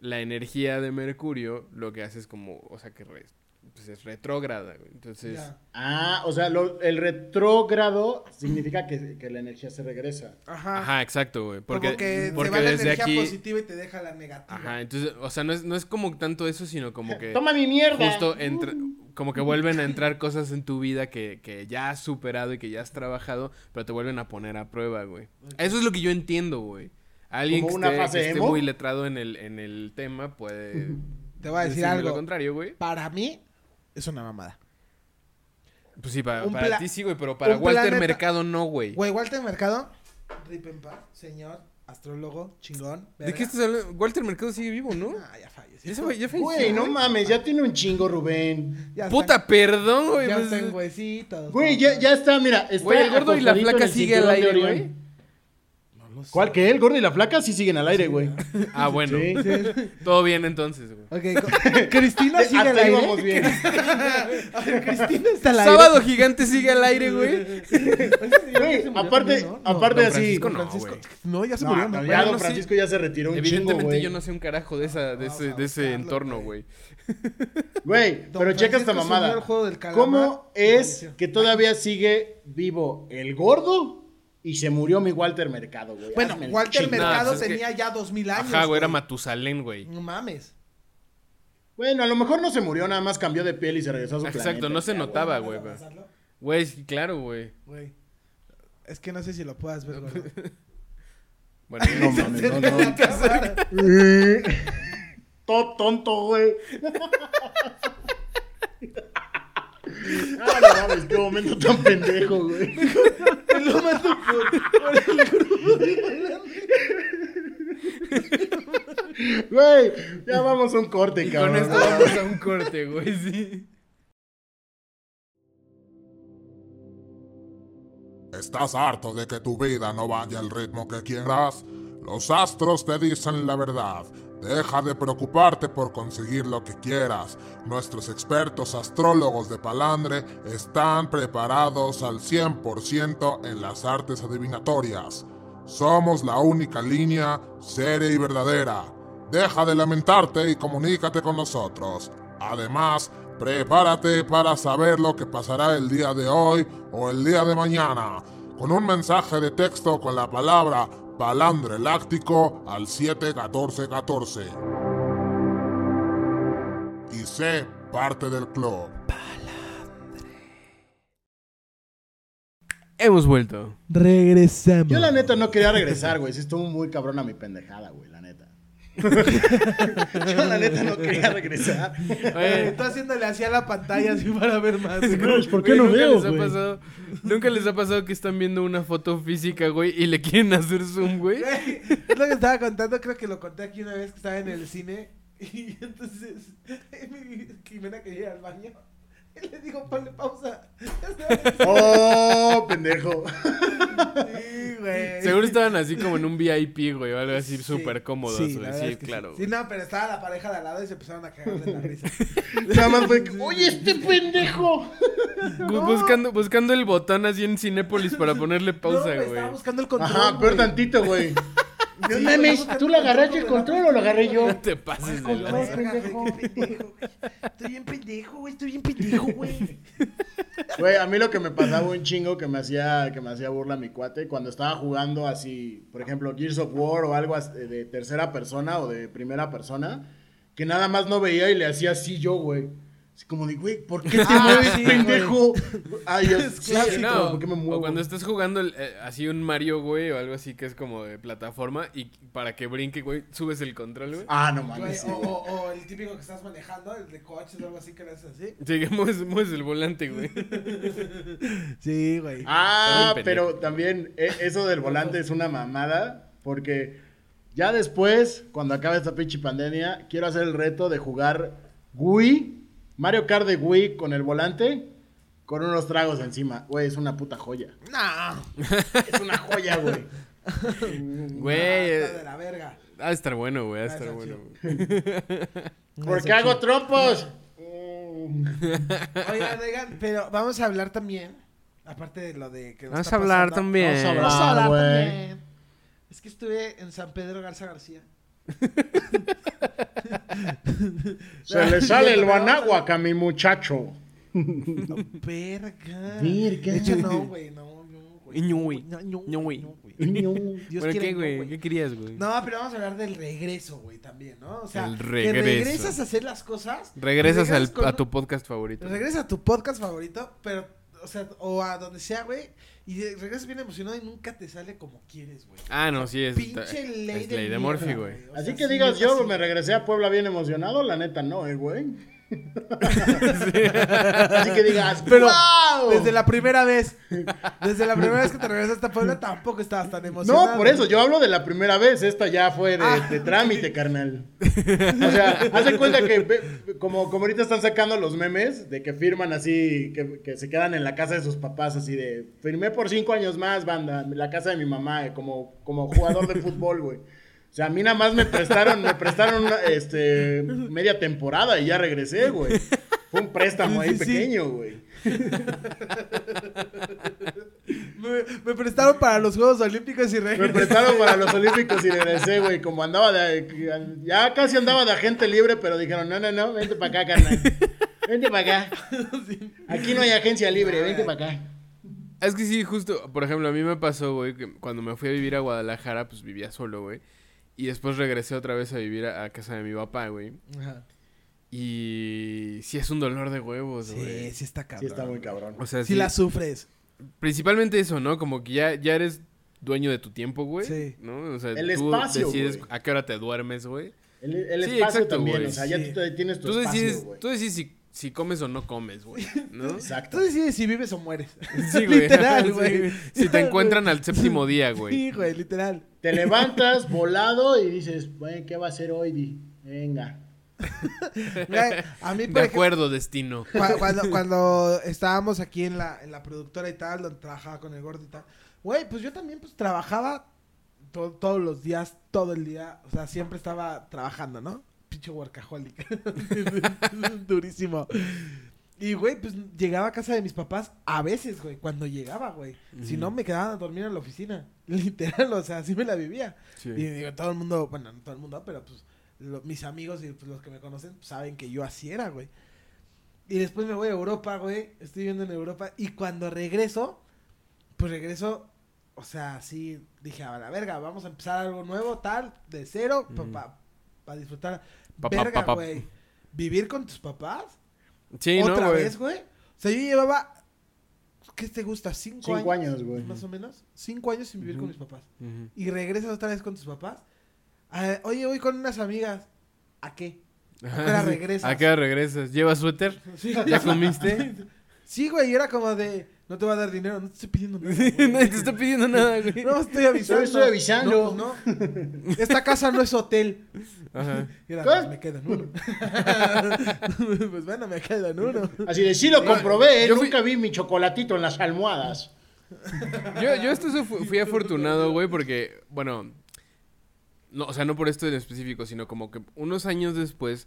Speaker 1: la energía de Mercurio lo que hace es como, o sea, que re- pues es retrógrada, güey. Entonces,
Speaker 3: ya.
Speaker 2: Ah, o sea, lo- el retrógrado significa que, que la energía se regresa.
Speaker 3: Ajá.
Speaker 1: ajá, exacto, güey. Porque,
Speaker 3: Como que
Speaker 1: porque
Speaker 3: te va la
Speaker 1: desde
Speaker 3: energía
Speaker 1: aquí.
Speaker 3: positiva y te deja la negativa.
Speaker 1: Ajá, entonces, o sea, no es, no es como tanto eso, sino como que
Speaker 2: ¡Toma mi mierda! Mm.
Speaker 1: justo entra- como que vuelven a entrar cosas en tu vida que, que ya has superado y que ya has trabajado, pero te vuelven a poner a prueba, güey. Eso es lo que yo entiendo, güey. Alguien
Speaker 2: ¿Como
Speaker 1: que
Speaker 2: una
Speaker 1: esté,
Speaker 2: fase
Speaker 1: que esté
Speaker 2: emo?
Speaker 1: muy letrado en el, en el tema puede
Speaker 3: Te voy a decir
Speaker 1: decirme lo
Speaker 3: algo.
Speaker 1: contrario, güey.
Speaker 3: Para mí es una mamada.
Speaker 1: Pues sí, para,
Speaker 3: Un
Speaker 1: para
Speaker 3: pla-
Speaker 1: ti sí, güey, pero para
Speaker 3: un
Speaker 1: Walter
Speaker 3: planeta-
Speaker 1: Mercado no, güey.
Speaker 3: Güey, Walter Mercado, rip en paz, señor, astrólogo, chingón.
Speaker 1: ¿De
Speaker 3: verga.
Speaker 1: qué estás hablando? Walter Mercado sigue vivo, ¿no?
Speaker 3: Ah, ya falleció.
Speaker 1: Ya se fue- ya falleció,
Speaker 2: Güey, no mames, ya tiene un chingo Rubén.
Speaker 3: Ya
Speaker 1: Puta, perdón, güey.
Speaker 3: están, ya
Speaker 1: pues,
Speaker 3: están huesitos.
Speaker 2: Güey, ya, ya está, mira. Está
Speaker 1: Güey, el gordo y la
Speaker 2: acostadito
Speaker 1: flaca
Speaker 2: en el
Speaker 1: sigue al
Speaker 2: cinturón de
Speaker 1: aire,
Speaker 2: Orión.
Speaker 1: güey.
Speaker 2: ¿Cuál que el gordo y la flaca sí siguen al aire, güey?
Speaker 1: Ah, bueno.
Speaker 2: Sí.
Speaker 1: Todo bien entonces, güey.
Speaker 3: Ok, co- Cristina sigue al
Speaker 2: Hasta ahí vamos
Speaker 3: aire. Ah,
Speaker 2: bien.
Speaker 3: Cristina está al aire.
Speaker 1: Sábado gigante sigue al aire, güey.
Speaker 2: Güey, aparte,
Speaker 3: ¿no? No,
Speaker 2: aparte
Speaker 1: Don
Speaker 2: así.
Speaker 1: Francisco no,
Speaker 3: Francisco.
Speaker 1: güey.
Speaker 3: No, ya se
Speaker 2: No,
Speaker 3: murió.
Speaker 2: no,
Speaker 3: ¿no?
Speaker 2: ya
Speaker 1: Bueno,
Speaker 2: don
Speaker 1: sí.
Speaker 2: Francisco ya se retiró un chingo,
Speaker 1: Evidentemente
Speaker 2: güey.
Speaker 1: yo no sé un carajo de, esa, de,
Speaker 3: Vamos
Speaker 1: ese,
Speaker 3: a
Speaker 1: de ese
Speaker 3: buscarlo,
Speaker 1: entorno,
Speaker 3: güey.
Speaker 1: güey.
Speaker 2: Güey,
Speaker 3: Don
Speaker 2: pero checa
Speaker 3: Francisco
Speaker 2: esta
Speaker 3: subió
Speaker 2: mamada.
Speaker 3: al juego del calamar
Speaker 2: ¿Cómo
Speaker 3: y
Speaker 2: es
Speaker 3: falleció?
Speaker 2: que todavía sigue vivo el gordo y se murió mi Walter Mercado, güey?
Speaker 3: Bueno,
Speaker 2: Hazme el
Speaker 3: Walter
Speaker 2: chingado.
Speaker 3: Mercado
Speaker 1: pues es que-
Speaker 3: tenía ya dos mil años.
Speaker 1: Ajá, güey, era
Speaker 3: güey.
Speaker 1: Matusalén, güey.
Speaker 3: No mames.
Speaker 2: Bueno, a lo mejor no se murió, nada más cambió de piel y se regresó a su planeta.
Speaker 1: Exacto, no se
Speaker 2: ya, güey.
Speaker 1: notaba, güey.
Speaker 3: ¿Vas a
Speaker 1: pero-
Speaker 3: pasarlo?
Speaker 1: Güey, sí, claro, güey.
Speaker 3: Güey. Es que no sé si lo puedas ver, güey.
Speaker 1: Bueno,
Speaker 2: No mames, no, no. Todo tonto, güey. Ah, no mames, qué momento tan pendejo, güey.
Speaker 3: Lo mato por, por el
Speaker 2: Güey, ya vamos a un corte,
Speaker 1: con
Speaker 2: cabrón.
Speaker 1: esto vamos a un corte, güey, sí.
Speaker 6: Estás harto de que tu vida no vaya al ritmo que quieras. Los astros te dicen la verdad. Deja de preocuparte por conseguir lo que quieras. Nuestros expertos astrólogos de Palandre están preparados al 100% en las artes adivinatorias. Somos la única línea seria y verdadera. Deja de lamentarte y comunícate con nosotros. Además, prepárate para saber lo que pasará el día de hoy o el día de mañana. Con un mensaje de texto con la palabra Palandre Láctico al 71414. Y sé parte del club.
Speaker 1: Hemos vuelto.
Speaker 5: Regresamos.
Speaker 2: Yo la neta no quería regresar, güey. Sí estuvo muy cabrón a mi pendejada, güey, la neta. Yo la neta no quería regresar.
Speaker 1: Oye,
Speaker 3: Está haciéndole así a la pantalla así para ver más.
Speaker 2: pues,
Speaker 5: Crush, ¿por
Speaker 1: Güey,
Speaker 5: qué no
Speaker 1: ¿nunca
Speaker 5: veo,
Speaker 1: les ha
Speaker 5: güey?
Speaker 1: pasado- Nunca les ha pasado que están viendo una foto física, güey, y le quieren hacer zoom, güey.
Speaker 3: Güey, Es lo que estaba contando, creo que lo conté aquí una vez que estaba en el cine. Y entonces mi Jimena quería ir al baño. Y le digo, ponle pausa.
Speaker 2: Oh, pendejo.
Speaker 3: Sí, güey.
Speaker 1: Seguro estaban así como en un VIP, güey, o algo así
Speaker 3: Sí.
Speaker 1: súper cómodos,
Speaker 3: Sí,
Speaker 1: güey.
Speaker 3: la
Speaker 1: Sí,
Speaker 3: verdad es que
Speaker 1: claro.
Speaker 3: Sí, no, pero estaba la pareja de al lado y se empezaron a cagar de la risa.
Speaker 2: Nada más fue, oye, este pendejo.
Speaker 1: güey. Bu- Buscando, buscando el botón así en Cinépolis para ponerle
Speaker 3: no,
Speaker 1: pausa,
Speaker 3: güey,
Speaker 1: güey.
Speaker 3: Estaba buscando el control.
Speaker 2: Ajá, peor
Speaker 3: güey.
Speaker 2: tantito, güey.
Speaker 3: Sí,
Speaker 2: No
Speaker 3: güey,
Speaker 2: mames,
Speaker 3: estaba
Speaker 2: ¿tú lo
Speaker 3: buscando
Speaker 2: agarraste el control o lo agarré yo?
Speaker 1: No te pases de
Speaker 3: Control,
Speaker 1: lanza.
Speaker 3: verga, güey, qué pendejo, güey. Estoy bien pendejo, güey. Estoy bien pendejo, güey.
Speaker 2: Güey, a mí lo que me pasaba un chingo que me hacía que me hacía burla mi cuate cuando estaba jugando así, por ejemplo, Gears of War o algo as- de tercera persona o de primera persona, que nada más no veía y le hacía así yo, güey. Así como de, güey, ¿por qué te
Speaker 3: Ah,
Speaker 2: mueves,
Speaker 3: sí,
Speaker 2: pendejo? Ay, yo, sí,
Speaker 1: Sí,
Speaker 2: sí,
Speaker 1: no.
Speaker 2: como, ¿por qué me
Speaker 1: O
Speaker 2: muevo?
Speaker 1: cuando estás jugando el, eh, así un Mario, güey, o algo así que es como de plataforma y para que brinque, güey, subes el control, güey.
Speaker 2: Ah, no
Speaker 3: Güey,
Speaker 2: mames. sí,
Speaker 3: o,
Speaker 2: güey.
Speaker 3: o- o el típico que estás manejando, el de coches o algo así que no es así.
Speaker 1: Lleguemos, mueves el volante, güey.
Speaker 3: Sí, güey.
Speaker 2: Ah,
Speaker 1: Está bien pendejo.
Speaker 2: pero también eh, eso del volante es una mamada, porque ya después, cuando acabe esta pinche pandemia, quiero hacer el reto de jugar Wii, Mario Kart de Wii con el volante, con unos tragos encima. Güey, es una puta joya.
Speaker 3: No.
Speaker 2: Es una joya, güey.
Speaker 1: Güey,
Speaker 3: Ah, Está de
Speaker 1: eh,
Speaker 3: la verga.
Speaker 1: ha de estar bueno, güey, ha de
Speaker 3: Ah,
Speaker 1: estar
Speaker 3: está
Speaker 1: bueno.
Speaker 3: chido.
Speaker 1: güey.
Speaker 2: Porque hago trompos.
Speaker 3: Oigan, oigan, pero vamos a hablar también. Aparte de lo de que nos
Speaker 1: Vamos
Speaker 3: está
Speaker 1: a hablar
Speaker 3: pasando.
Speaker 1: también.
Speaker 2: Vamos a hablar.
Speaker 3: Vamos a hablar
Speaker 2: Ah, güey.
Speaker 3: también. Es que estuve en San Pedro Garza García.
Speaker 2: Se le sale el guanáhuac a mi muchacho.
Speaker 3: Verga.
Speaker 2: Verga.
Speaker 3: De hecho, no, güey, no, no, güey.
Speaker 1: No, güey. No, güey.
Speaker 3: Dios
Speaker 1: ¿Pero
Speaker 3: quiera,
Speaker 1: qué,
Speaker 3: no,
Speaker 1: güey? ¿Qué querías, güey?
Speaker 3: No, pero vamos a hablar del regreso, güey, también, ¿no? O sea,
Speaker 1: El
Speaker 3: que
Speaker 1: regreso.
Speaker 3: regresas a hacer las cosas.
Speaker 1: Regresas al-
Speaker 3: con-
Speaker 1: a tu podcast favorito.
Speaker 3: Regresas a tu podcast favorito, pero, o sea, o a donde sea, güey. Y de- regresas bien emocionado y nunca te sale como quieres, güey.
Speaker 1: Ah, no, sí, es,
Speaker 3: Pinche ley
Speaker 1: es
Speaker 3: de
Speaker 1: ley de
Speaker 3: mierda,
Speaker 1: Morphy, güey.
Speaker 3: O sea,
Speaker 2: Así que
Speaker 3: sí,
Speaker 2: digas,
Speaker 3: es
Speaker 2: yo
Speaker 3: así.
Speaker 2: me regresé a Puebla bien emocionado, la neta no, eh, güey. Así que digas,
Speaker 3: Pero
Speaker 2: "Guau".
Speaker 3: desde la primera vez, desde la primera vez que te regresaste a Puebla tampoco estabas tan emocionado. Ah.
Speaker 2: No, por eso, yo hablo de la primera vez, esta ya fue de, de trámite, carnal. O sea, hace cuenta que ve- como, como ahorita están sacando los memes de que firman así, que, que se quedan en la casa de sus papás, así de, firmé por cinco años más, banda, la casa de mi mamá, eh, como, como jugador de fútbol, güey. O sea, a mí nada más me prestaron, me prestaron una, este, media temporada y ya regresé, güey. Fue un préstamo ahí
Speaker 3: Sí, sí, sí.
Speaker 2: pequeño, güey.
Speaker 3: Me, me prestaron para los Juegos Olímpicos y
Speaker 2: Me
Speaker 3: regresé.
Speaker 2: prestaron para los Olímpicos y regresé, güey. Como andaba de. Ya casi andaba de agente libre, pero dijeron: no, no, no, vente para acá, carnal. Vente para acá. Aquí no hay agencia libre, vente para acá.
Speaker 1: Es que sí, justo, por ejemplo, a mí me pasó, güey, que cuando me fui a vivir a Guadalajara, pues vivía solo, güey. Y después regresé otra vez a vivir a, a casa de mi papá, güey.
Speaker 3: Ajá.
Speaker 1: Y sí es un dolor de huevos, güey.
Speaker 3: Sí, sí está cabrón.
Speaker 2: Sí, está muy cabrón.
Speaker 1: O sea,
Speaker 3: Si
Speaker 1: sí-
Speaker 3: la sufres.
Speaker 1: principalmente eso, ¿no? Como que ya, ya eres dueño de tu tiempo, güey.
Speaker 3: Sí.
Speaker 1: ¿No? O sea,
Speaker 2: El
Speaker 1: tú
Speaker 2: espacio,
Speaker 1: decides
Speaker 2: güey.
Speaker 1: a qué hora te duermes, güey.
Speaker 2: El, el
Speaker 1: Sí,
Speaker 2: espacio
Speaker 1: exacto,
Speaker 2: también,
Speaker 1: güey.
Speaker 2: o sea, ya
Speaker 3: Sí.
Speaker 2: tú te- tienes tu
Speaker 1: Tú decides,
Speaker 2: espacio, güey.
Speaker 1: tú decides si, si comes o no comes, güey. ¿No?
Speaker 2: Exacto.
Speaker 3: Tú decides si vives o mueres.
Speaker 1: Sí, güey.
Speaker 3: Literal,
Speaker 1: Sí,
Speaker 3: güey.
Speaker 1: Si te encuentran al séptimo día, güey.
Speaker 3: Sí, güey, literal.
Speaker 2: Te levantas volado y dices: bueno, ¿qué va a hacer hoy, Di? Venga.
Speaker 3: Mira, a mí, por
Speaker 1: De
Speaker 3: ejemplo,
Speaker 1: acuerdo, destino.
Speaker 3: cua- cuando, cuando estábamos aquí en la, en la productora y tal, donde trabajaba con el gordo y tal, güey, pues yo también pues trabajaba to- todos los días, todo el día, o sea, siempre estaba trabajando, ¿no? Pinche workaholic. Durísimo. Y, güey, pues llegaba a casa de mis papás a veces, güey, cuando llegaba, güey. Si no, me quedaban a dormir en la oficina. Literal, o sea, así me la vivía.
Speaker 1: Sí.
Speaker 3: Y digo, todo el mundo, bueno, no todo el mundo, pero pues lo- mis amigos y pues, los que me conocen pues, saben que yo así era, güey. Y después me voy a Europa, güey. Estoy viviendo en Europa. Y cuando regreso, pues regreso, o sea, así dije, a la verga, vamos a empezar algo nuevo, tal, de cero,
Speaker 1: Mm.
Speaker 3: para disfrutar.
Speaker 1: Pa, pa,
Speaker 3: verga,
Speaker 1: pa, pa.
Speaker 3: güey. Vivir con tus papás.
Speaker 1: Sí, ¿no,
Speaker 3: Otra
Speaker 1: güey?
Speaker 3: vez, güey. O sea, yo llevaba, ¿qué te gusta? Cinco,
Speaker 2: Cinco
Speaker 3: años.
Speaker 2: años, güey.
Speaker 3: Más o menos. Cinco años sin vivir con mis papás
Speaker 1: Ujú.
Speaker 3: y regresas otra vez con tus papás. Ah, oye, voy con unas amigas. ¿A qué? ¿A qué hora regresas?
Speaker 1: ¿A qué hora regresas? ¿Llevas suéter?
Speaker 3: Sí,
Speaker 1: ¿Ya comiste?
Speaker 3: sí, güey, y era como de, no te va a dar dinero, no te estoy pidiendo nada.
Speaker 1: Nadie te está pidiendo nada, güey.
Speaker 3: No, estoy avisando.
Speaker 2: Solo estoy avisando.
Speaker 3: No, pues no. Esta casa no es hotel.
Speaker 1: Ajá.
Speaker 3: Y era,
Speaker 2: ¿Qué?
Speaker 3: pues, me quedan uno. pues bueno, me quedan uno.
Speaker 2: Así de, sí lo comprobé, ¿eh?
Speaker 1: yo fui-
Speaker 2: nunca vi mi chocolatito en las almohadas.
Speaker 1: Yo, yo esto so- fu- fui afortunado, güey, porque, bueno, no, o sea, no por esto en específico, sino como que unos años después,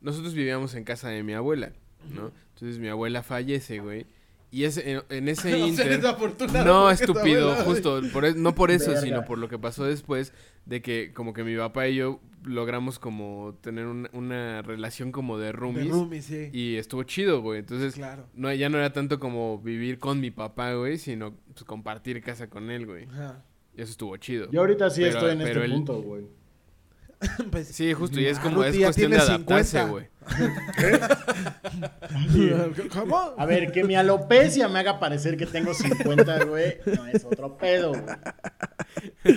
Speaker 1: nosotros vivíamos en casa de mi abuela, ¿no? Entonces mi abuela fallece, güey. Y ese, en, en ese
Speaker 3: No sé,
Speaker 1: inter...
Speaker 3: desafortunado,
Speaker 1: No,
Speaker 3: porque tu
Speaker 1: estúpido,
Speaker 3: abuela-
Speaker 1: justo, por es- no por eso,
Speaker 2: Verga.
Speaker 1: sino por lo que pasó después, de que como que mi papá y yo logramos como tener un- una relación como de
Speaker 3: De
Speaker 1: roomies.
Speaker 3: roomies, sí.
Speaker 1: Y estuvo chido, güey. Entonces,
Speaker 3: Claro.
Speaker 1: no, ya no era tanto como vivir con mi papá, güey, sino pues, compartir casa con él, güey.
Speaker 3: Ajá.
Speaker 1: Y eso estuvo chido.
Speaker 2: Yo ahorita sí
Speaker 1: Pero-
Speaker 2: estoy en
Speaker 1: pero
Speaker 2: este
Speaker 1: él-
Speaker 2: punto, güey.
Speaker 3: Pues,
Speaker 1: Sí, justo, y es
Speaker 3: Ah,
Speaker 1: como,
Speaker 3: Ruti
Speaker 1: es
Speaker 3: ya
Speaker 1: cuestión de
Speaker 3: tiene
Speaker 1: adaptarse,
Speaker 3: 50.
Speaker 1: güey.
Speaker 3: ¿Cómo?
Speaker 2: A ver, que mi alopecia me haga parecer que tengo 50, güey, no es otro pedo, güey.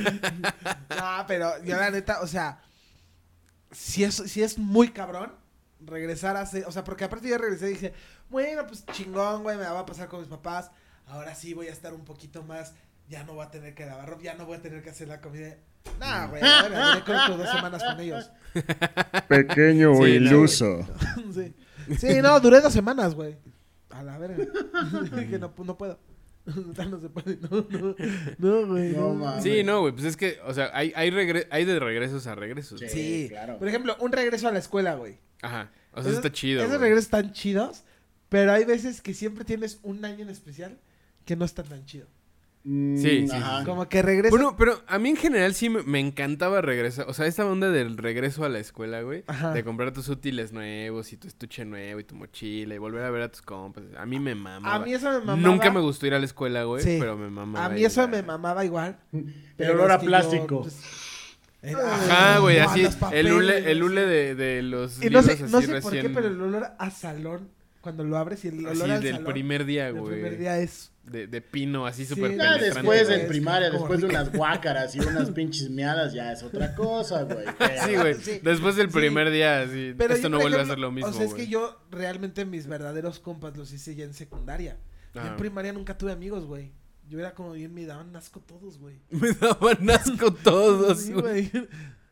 Speaker 3: No, pero yo la neta, o sea, si es, si es muy cabrón regresar a ser, o sea, porque aparte yo regresé y dije, bueno, pues chingón, güey, me la voy a pasar con mis papás, ahora sí voy a estar un poquito más, ya no voy a tener que lavar ropa, ya no voy a tener que hacer la comida. Nah, güey, a ver, duré creo que dos semanas con ellos.
Speaker 7: Pequeño
Speaker 1: Sí, no,
Speaker 7: iluso.
Speaker 3: sí. Sí, no, duré dos semanas, güey. A la verga. que no, pues no puedo. no se puede, no, no, no, güey.
Speaker 2: No mames.
Speaker 1: Sí, no, güey, pues es que, o sea, hay, hay, regre- hay de regresos a regresos.
Speaker 2: Sí.
Speaker 3: Sí,
Speaker 2: claro.
Speaker 3: Por ejemplo, un regreso a la escuela, güey.
Speaker 1: Ajá. O sea, eso
Speaker 3: Esos-
Speaker 1: está chido,
Speaker 3: Esos
Speaker 1: güey.
Speaker 3: regresos están chidos, pero hay veces que siempre tienes un año en especial que no está tan chido.
Speaker 1: Sí, sí,
Speaker 2: Ajá.
Speaker 3: Como que regresas.
Speaker 1: Bueno, pero a mí en general sí me, me encantaba regresar. O sea, esta onda del regreso a la escuela, güey.
Speaker 3: Ajá.
Speaker 1: De comprar tus útiles nuevos y tu estuche nuevo y tu mochila y volver a ver a tus compas. A mí me mamaba.
Speaker 3: a mí eso me mamaba.
Speaker 1: Nunca me gustó ir a la escuela, güey.
Speaker 3: Sí.
Speaker 1: Pero me mamaba.
Speaker 3: A mí
Speaker 1: ir,
Speaker 3: eso
Speaker 1: güey.
Speaker 3: me mamaba igual.
Speaker 2: El olor a
Speaker 3: es que yo,
Speaker 2: plástico.
Speaker 3: pues, era-
Speaker 1: Ajá, güey,
Speaker 3: no,
Speaker 1: así.
Speaker 3: los papeles.
Speaker 1: El hule, el hule de, de los
Speaker 3: Y no
Speaker 1: libros
Speaker 3: sé,
Speaker 1: así
Speaker 3: no sé
Speaker 1: recién.
Speaker 3: por qué, pero el olor a salón, cuando lo abres y el olor
Speaker 1: así
Speaker 3: al
Speaker 1: del
Speaker 3: salón
Speaker 1: primer día,
Speaker 3: del primer
Speaker 1: güey.
Speaker 3: día es...
Speaker 1: De, de pino, así
Speaker 3: Sí. Ya
Speaker 1: súper
Speaker 2: Ya
Speaker 1: penetrante,
Speaker 2: después
Speaker 1: güey.
Speaker 2: en primaria,
Speaker 3: Como
Speaker 2: después de unas guácaras y unas pinches meadas, ya es otra cosa, güey.
Speaker 1: Sí, güey.
Speaker 3: Sí.
Speaker 1: Después del
Speaker 3: Sí.
Speaker 1: primer día, así.
Speaker 3: Pero
Speaker 1: esto
Speaker 3: yo,
Speaker 1: no
Speaker 3: por
Speaker 1: vuelve a
Speaker 3: ejemplo,
Speaker 1: ser lo mismo,
Speaker 3: O sea,
Speaker 1: güey.
Speaker 3: es que yo realmente mis verdaderos compas los hice ya en secundaria. Yo
Speaker 1: Ajá.
Speaker 3: en primaria nunca tuve amigos, güey. Yo era como bien, me daban asco todos, güey.
Speaker 1: Me daban asco todos,
Speaker 3: Sí,
Speaker 1: güey.
Speaker 3: güey.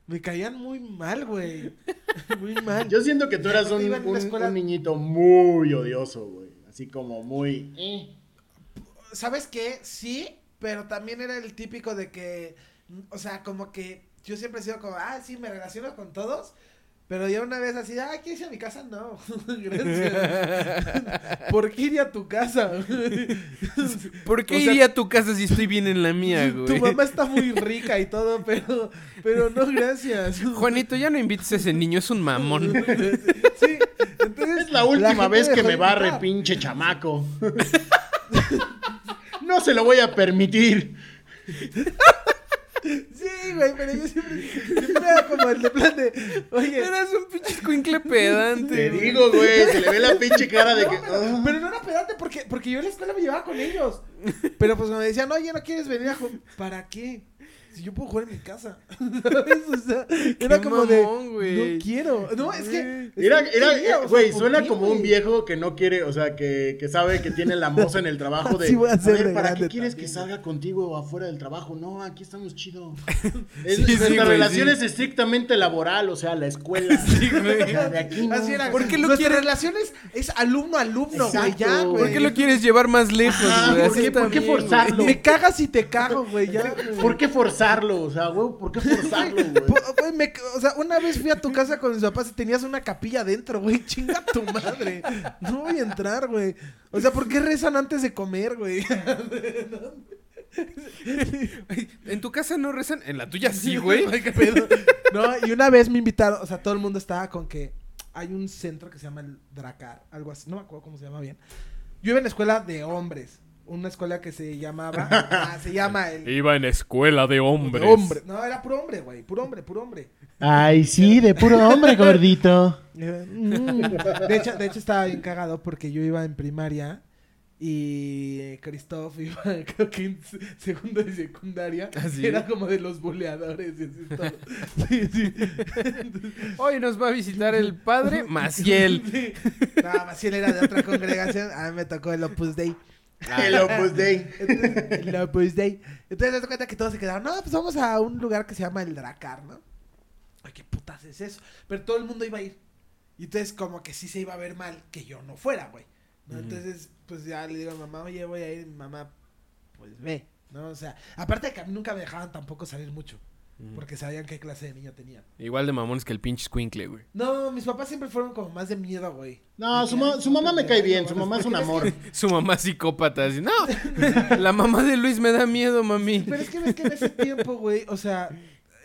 Speaker 3: Me caían muy mal, güey. Muy mal.
Speaker 2: Yo siento que tú eras un,
Speaker 3: Iba en una
Speaker 2: un-
Speaker 3: escuela-
Speaker 2: un niñito muy odioso, güey. Así como muy...
Speaker 3: ¿Sabes qué? Sí, pero también era el típico de que, mm, o sea, como que yo siempre he sido como, ah, sí, me relaciono con todos. Pero ya una vez así, ah, ¿quieres ir a mi casa? No, gracias. ¿Por qué iría a tu casa?
Speaker 1: ¿Por qué
Speaker 3: O sea-
Speaker 1: iría a tu casa si estoy bien en la mía,
Speaker 3: tu
Speaker 1: güey?
Speaker 3: mamá está muy rica y todo, pero, pero no, gracias.
Speaker 1: Juanito, ya no invites a ese niño, es un mamón.
Speaker 3: Sí, entonces...
Speaker 2: Es la última
Speaker 3: gente
Speaker 2: vez que
Speaker 3: dejó
Speaker 2: me
Speaker 3: de
Speaker 2: barre,
Speaker 3: invitar.
Speaker 2: pinche chamaco. no se lo voy a permitir.
Speaker 3: Sí, güey, pero yo siempre, siempre era como el de plan de, oye,
Speaker 1: Eras un pinche escuincle pedante.
Speaker 2: Te
Speaker 1: güey.
Speaker 2: digo, güey, se le ve la pinche cara de que... ah".
Speaker 3: pero, pero no era pedante porque, porque yo en la escuela me llevaba con ellos. Pero pues me decían, oye, ¿no quieres venir a jugar? ¿Para qué? si yo puedo jugar en mi casa. ¿Sabes? O sea, era como
Speaker 1: mamón,
Speaker 3: de.
Speaker 1: güey.
Speaker 3: No quiero. No, es que. es
Speaker 2: Era,
Speaker 3: que
Speaker 2: era-
Speaker 3: quería, o sea,
Speaker 2: güey,
Speaker 3: ¿por
Speaker 2: suena
Speaker 3: qué,
Speaker 2: como
Speaker 3: güey?
Speaker 2: un viejo que no quiere, o sea, que, que sabe que tiene la moza en el trabajo de.
Speaker 5: Así voy a ser
Speaker 2: ver,
Speaker 5: de
Speaker 2: ¿para qué
Speaker 5: grande
Speaker 2: quieres
Speaker 5: también,
Speaker 2: que salga contigo afuera del trabajo? No, aquí estamos chido. Es-
Speaker 1: Sí, sí,
Speaker 2: nuestra
Speaker 1: güey,
Speaker 2: relación
Speaker 1: sí.
Speaker 2: es estrictamente laboral, o sea, la escuela.
Speaker 1: Sí, güey.
Speaker 2: O sea, de aquí no.
Speaker 3: Así era.
Speaker 1: ¿Por qué lo
Speaker 3: Nuestra
Speaker 1: quieres?
Speaker 3: relación es, es alumno-alumno, güey.
Speaker 2: Exacto.
Speaker 3: Ya, güey.
Speaker 1: ¿Por qué lo quieres llevar más lejos,
Speaker 2: Ajá,
Speaker 1: güey?
Speaker 2: ¿por
Speaker 1: Así
Speaker 2: qué-
Speaker 1: está
Speaker 2: por qué
Speaker 1: bien, güey.
Speaker 2: forzar? quieres?
Speaker 3: Me cagas si te cago, güey. Ya, güey.
Speaker 2: ¿Por qué forzarlo? O sea, güey, ¿por qué forzarlo, güey?
Speaker 3: Po- güey, me- o sea, una vez fui a tu casa con mis papás y tenías una capilla adentro, güey. Chinga tu madre. No voy a entrar, güey. O sea, ¿por qué rezan antes de comer, güey?
Speaker 1: En tu casa no rezan, en la tuya sí, güey.
Speaker 3: ¿Qué pedo? No, y una vez me invitaron, o sea, todo el mundo estaba con que hay un centro que se llama el Dracar, algo así, no me acuerdo cómo se llama bien. Yo iba en la escuela de hombres, una escuela que se llamaba, ah, se llama el
Speaker 1: Iba en escuela de hombres.
Speaker 3: hombre. No, era puro hombre, güey, puro hombre, puro hombre.
Speaker 2: Ay, sí, de puro hombre, gordito.
Speaker 3: Mm. De hecho, de hecho estaba bien cagado porque yo iba en primaria y Christoph iba creo que en se- segundo de secundaria.
Speaker 1: ¿Ah, sí?
Speaker 3: Era como de los buleadores y así todo. Sí, sí.
Speaker 1: Hoy nos va a visitar el padre Maciel.
Speaker 3: Sí. No, más si él era de otra congregación. A mí me tocó el Opus Dei.
Speaker 2: El Opus Dei.
Speaker 3: Entonces, el Opus Dei. Entonces me di cuenta que todos se quedaron. No, pues vamos a un lugar que se llama el Dracar, ¿no? Ay, qué putas es eso. Pero todo el mundo iba a ir. Y entonces, como que sí se iba a ver mal que yo no fuera, güey. ¿no? Entonces, pues ya le digo a mamá, oye, voy a ir. Y Mi mamá, pues ve, ¿no? O sea, aparte de que a mí nunca me dejaban tampoco salir mucho. Porque sabían qué clase de niño tenía.
Speaker 1: Igual de mamones que el pinche squinkle, güey.
Speaker 3: No, mis papás siempre fueron como más de miedo, güey.
Speaker 2: No, su, ma- su mamá me cae bien, su mamá es un amor.
Speaker 1: Su mamá psicópata, así, no. La mamá de Luis me da miedo, mami.
Speaker 3: Pero es que ves que en ese tiempo, güey, o sea,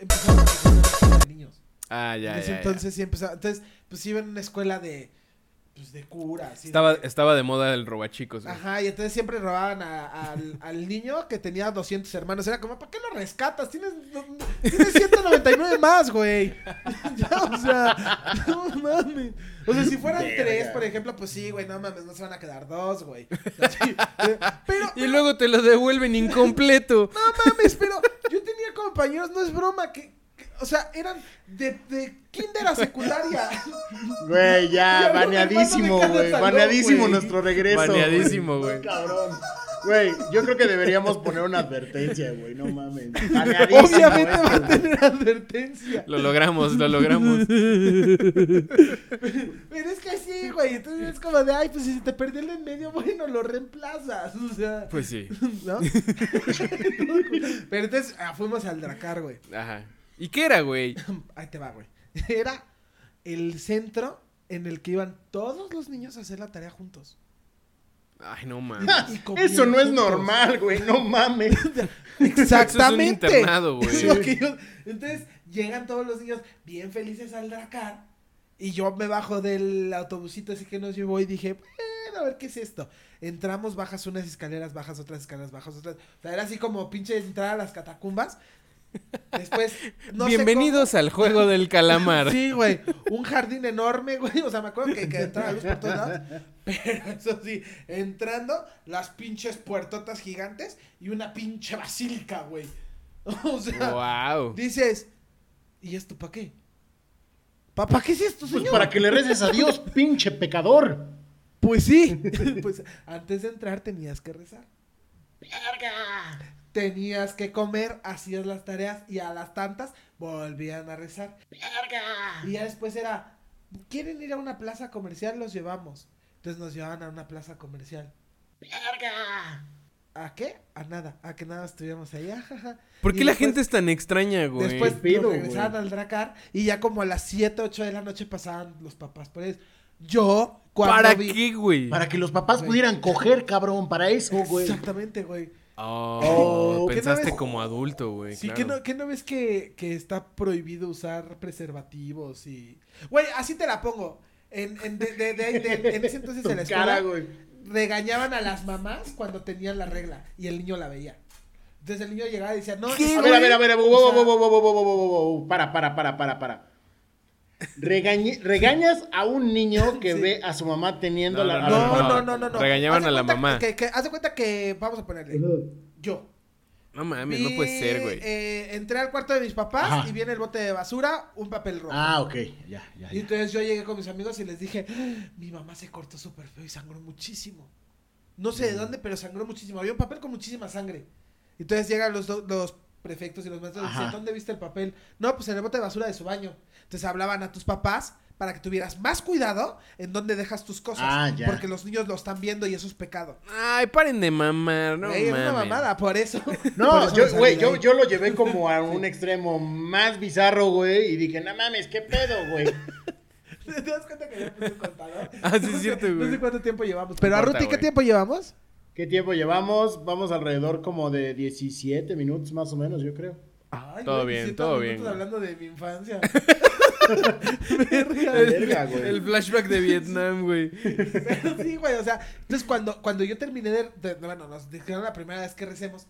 Speaker 3: empezaron a conocer a niños.
Speaker 1: Ah, ya,
Speaker 3: En ese
Speaker 1: ya, ya.
Speaker 3: entonces sí empezaba. Entonces, pues iba en una escuela de, pues, de curas. y
Speaker 1: Estaba,
Speaker 3: de-
Speaker 1: estaba de moda el robachicos, güey.
Speaker 3: Ajá, y entonces siempre robaban a- al, al niño que tenía 200 hermanos. Era como, ¿para qué lo rescatas? Tienes, no- no- tienes 199 más, güey. Ya, o sea, no mames. O sea, si fueran tres, por ejemplo, pues sí, güey, no mames, no se van a quedar dos, güey. O sea, sí, eh, pero,
Speaker 1: Y luego te lo devuelven incompleto.
Speaker 3: No mames, pero yo tenía compañeros, no es broma, que, que- o sea, eran de, de kinder a secundaria.
Speaker 2: Güey,
Speaker 3: Ya,
Speaker 2: ya,
Speaker 3: no,
Speaker 2: baneadísimo,
Speaker 3: hermano, me
Speaker 2: güey.
Speaker 3: cagas,
Speaker 2: Baneadísimo
Speaker 3: güey.
Speaker 2: nuestro regreso. güey.
Speaker 1: Baneadísimo, güey.
Speaker 2: Cabrón. Güey, yo creo que deberíamos poner una advertencia, güey. No mames. Baneadísimo.
Speaker 3: Obviamente
Speaker 2: esto,
Speaker 3: va a
Speaker 2: güey.
Speaker 3: tener advertencia.
Speaker 1: Lo logramos, lo logramos.
Speaker 3: Pero es que sí, güey. Entonces es como de, ay, pues si se te perdió el en medio, bueno, lo reemplazas. O sea,
Speaker 1: Pues sí.
Speaker 3: ¿no? Pero entonces ah, fuimos al Dracar, güey.
Speaker 1: Ajá. ¿Y qué era, güey?
Speaker 3: Ahí te va, güey. Era el centro en el que iban todos los niños a hacer la tarea juntos.
Speaker 1: Ay, no
Speaker 3: Y-
Speaker 1: mames.
Speaker 3: y comían
Speaker 2: Eso no es
Speaker 3: juntos.
Speaker 2: normal, güey. No mames.
Speaker 3: Exactamente.
Speaker 1: Eso es un internado, güey.
Speaker 3: Es lo que yo- Entonces llegan todos los niños bien felices al Dracar. Y yo me bajo del autobusito ese que nos llevó y dije, bueno, a ver qué es esto. Entramos, bajas unas escaleras, bajas otras escaleras, bajas otras. O sea, era así como pinche entrada a las catacumbas. Después, no sé
Speaker 1: Bienvenidos al juego del calamar.
Speaker 3: cómo- Sí, güey. Un jardín enorme, güey. O sea, me acuerdo que, que entraba luz por todos lados. Pero eso sí, entrando, las pinches puertotas gigantes y una pinche basílica, güey. O sea,
Speaker 1: Wow.
Speaker 3: dices, ¿y esto para qué? ¿Para qué es esto,
Speaker 2: Pues
Speaker 3: señor?
Speaker 2: para que le reces a Dios, pinche pecador.
Speaker 3: Pues sí. pues antes de entrar tenías que rezar. Tenías que comer, hacías las tareas y a las tantas volvían a rezar. Y ya después era, ¿quieren ir a una plaza comercial? Los llevamos. Entonces nos llevaban a una plaza comercial. ¿A qué? A nada, a que nada estuviéramos allá.
Speaker 1: ¿Por qué la gente es tan extraña, güey?
Speaker 3: Después
Speaker 2: Pues, Qué pedo,
Speaker 3: nos regresaban al Dracar y ya como a las 7, 8 de la noche pasaban los papás por ellos. Yo, cuando
Speaker 1: ¿Para
Speaker 3: vi...
Speaker 1: qué, güey?
Speaker 2: Para que los papás pudieran coger, cabrón. Para eso, güey.
Speaker 3: Exactamente, güey.
Speaker 1: Oh,
Speaker 3: ¿Qué
Speaker 1: pensaste
Speaker 3: no es-
Speaker 1: como adulto, güey.
Speaker 3: Sí,
Speaker 1: claro.
Speaker 3: que no, que no ves que, que está prohibido usar preservativos y... Güey, así te la pongo. En, en, de- de- de- de- en ese entonces en la
Speaker 2: Tu
Speaker 3: escuela
Speaker 2: cara, güey.
Speaker 3: regañaban a las mamás cuando tenían la regla y el niño la veía. Entonces el niño llegaba y decía, no,
Speaker 1: ¿Qué,
Speaker 3: es-
Speaker 2: A ver, a ver, a ver, wow, wow, wow, wow, wow, wow, wow, wow, wow, wow, para, para, para, para, para. Regañe- regañas a un niño que ve a su mamá
Speaker 1: No,
Speaker 2: teniendo la...
Speaker 1: no,
Speaker 2: a
Speaker 3: No,
Speaker 2: ver,
Speaker 1: no,
Speaker 3: no, no, no, no.
Speaker 1: Regañaban
Speaker 3: Haz de
Speaker 1: a la
Speaker 3: cuenta
Speaker 1: mamá.
Speaker 3: Que, que- haz de cuenta que, vamos a ponerle, yo.
Speaker 1: No mames, no puede ser, güey.
Speaker 3: eh, entré al cuarto de mis papás
Speaker 2: Ajá.
Speaker 3: y viene el bote de basura, un papel rojo.
Speaker 2: Ah, ok. Ya, ya,
Speaker 3: Y
Speaker 2: ya.
Speaker 3: entonces yo llegué con mis amigos y les dije, "Ah, mi mamá se cortó súper feo y sangró muchísimo. No
Speaker 2: Mm.
Speaker 3: sé de dónde, pero sangró muchísimo. Había un papel con muchísima sangre. Y entonces llegan los, do- los prefectos y los maestros y
Speaker 2: Ajá.
Speaker 3: dicen, ¿dónde viste el papel? No, pues en el bote de basura de su baño. Entonces hablaban a tus papás para que tuvieras más cuidado en dónde dejas tus cosas.
Speaker 2: Ah, ya.
Speaker 3: Porque los niños lo están viendo y eso es pecado.
Speaker 1: Ay, paren de mamar, no
Speaker 3: Güey, es una
Speaker 1: mamen.
Speaker 3: mamada, por eso. Por
Speaker 2: No,
Speaker 3: eso
Speaker 2: yo,
Speaker 3: me salí
Speaker 2: güey,
Speaker 3: de
Speaker 2: yo,
Speaker 3: ahí.
Speaker 2: yo lo llevé como a un extremo más bizarro, güey, y dije, no mames, qué pedo, güey.
Speaker 3: ¿Te das cuenta que ya puse un contador?
Speaker 1: Ah, sí, es cierto,
Speaker 3: No
Speaker 1: güey.
Speaker 3: sé cuánto tiempo llevamos. Pero a
Speaker 1: importa,
Speaker 3: Ruti, ¿qué
Speaker 1: güey.
Speaker 3: tiempo llevamos?
Speaker 2: ¿Qué tiempo llevamos? Vamos alrededor como de 17 minutos más o menos, yo creo.
Speaker 3: Ay,
Speaker 1: todo
Speaker 3: güey,
Speaker 1: bien,
Speaker 3: 17
Speaker 1: todo
Speaker 3: minutos
Speaker 1: bien.
Speaker 3: hablando de mi infancia.
Speaker 2: Verga, güey.
Speaker 1: El flashback de Vietnam, güey.
Speaker 3: Pero sí, güey, o sea, entonces cuando, cuando yo terminé de, de- bueno, nos dijeron la primera vez que recemos,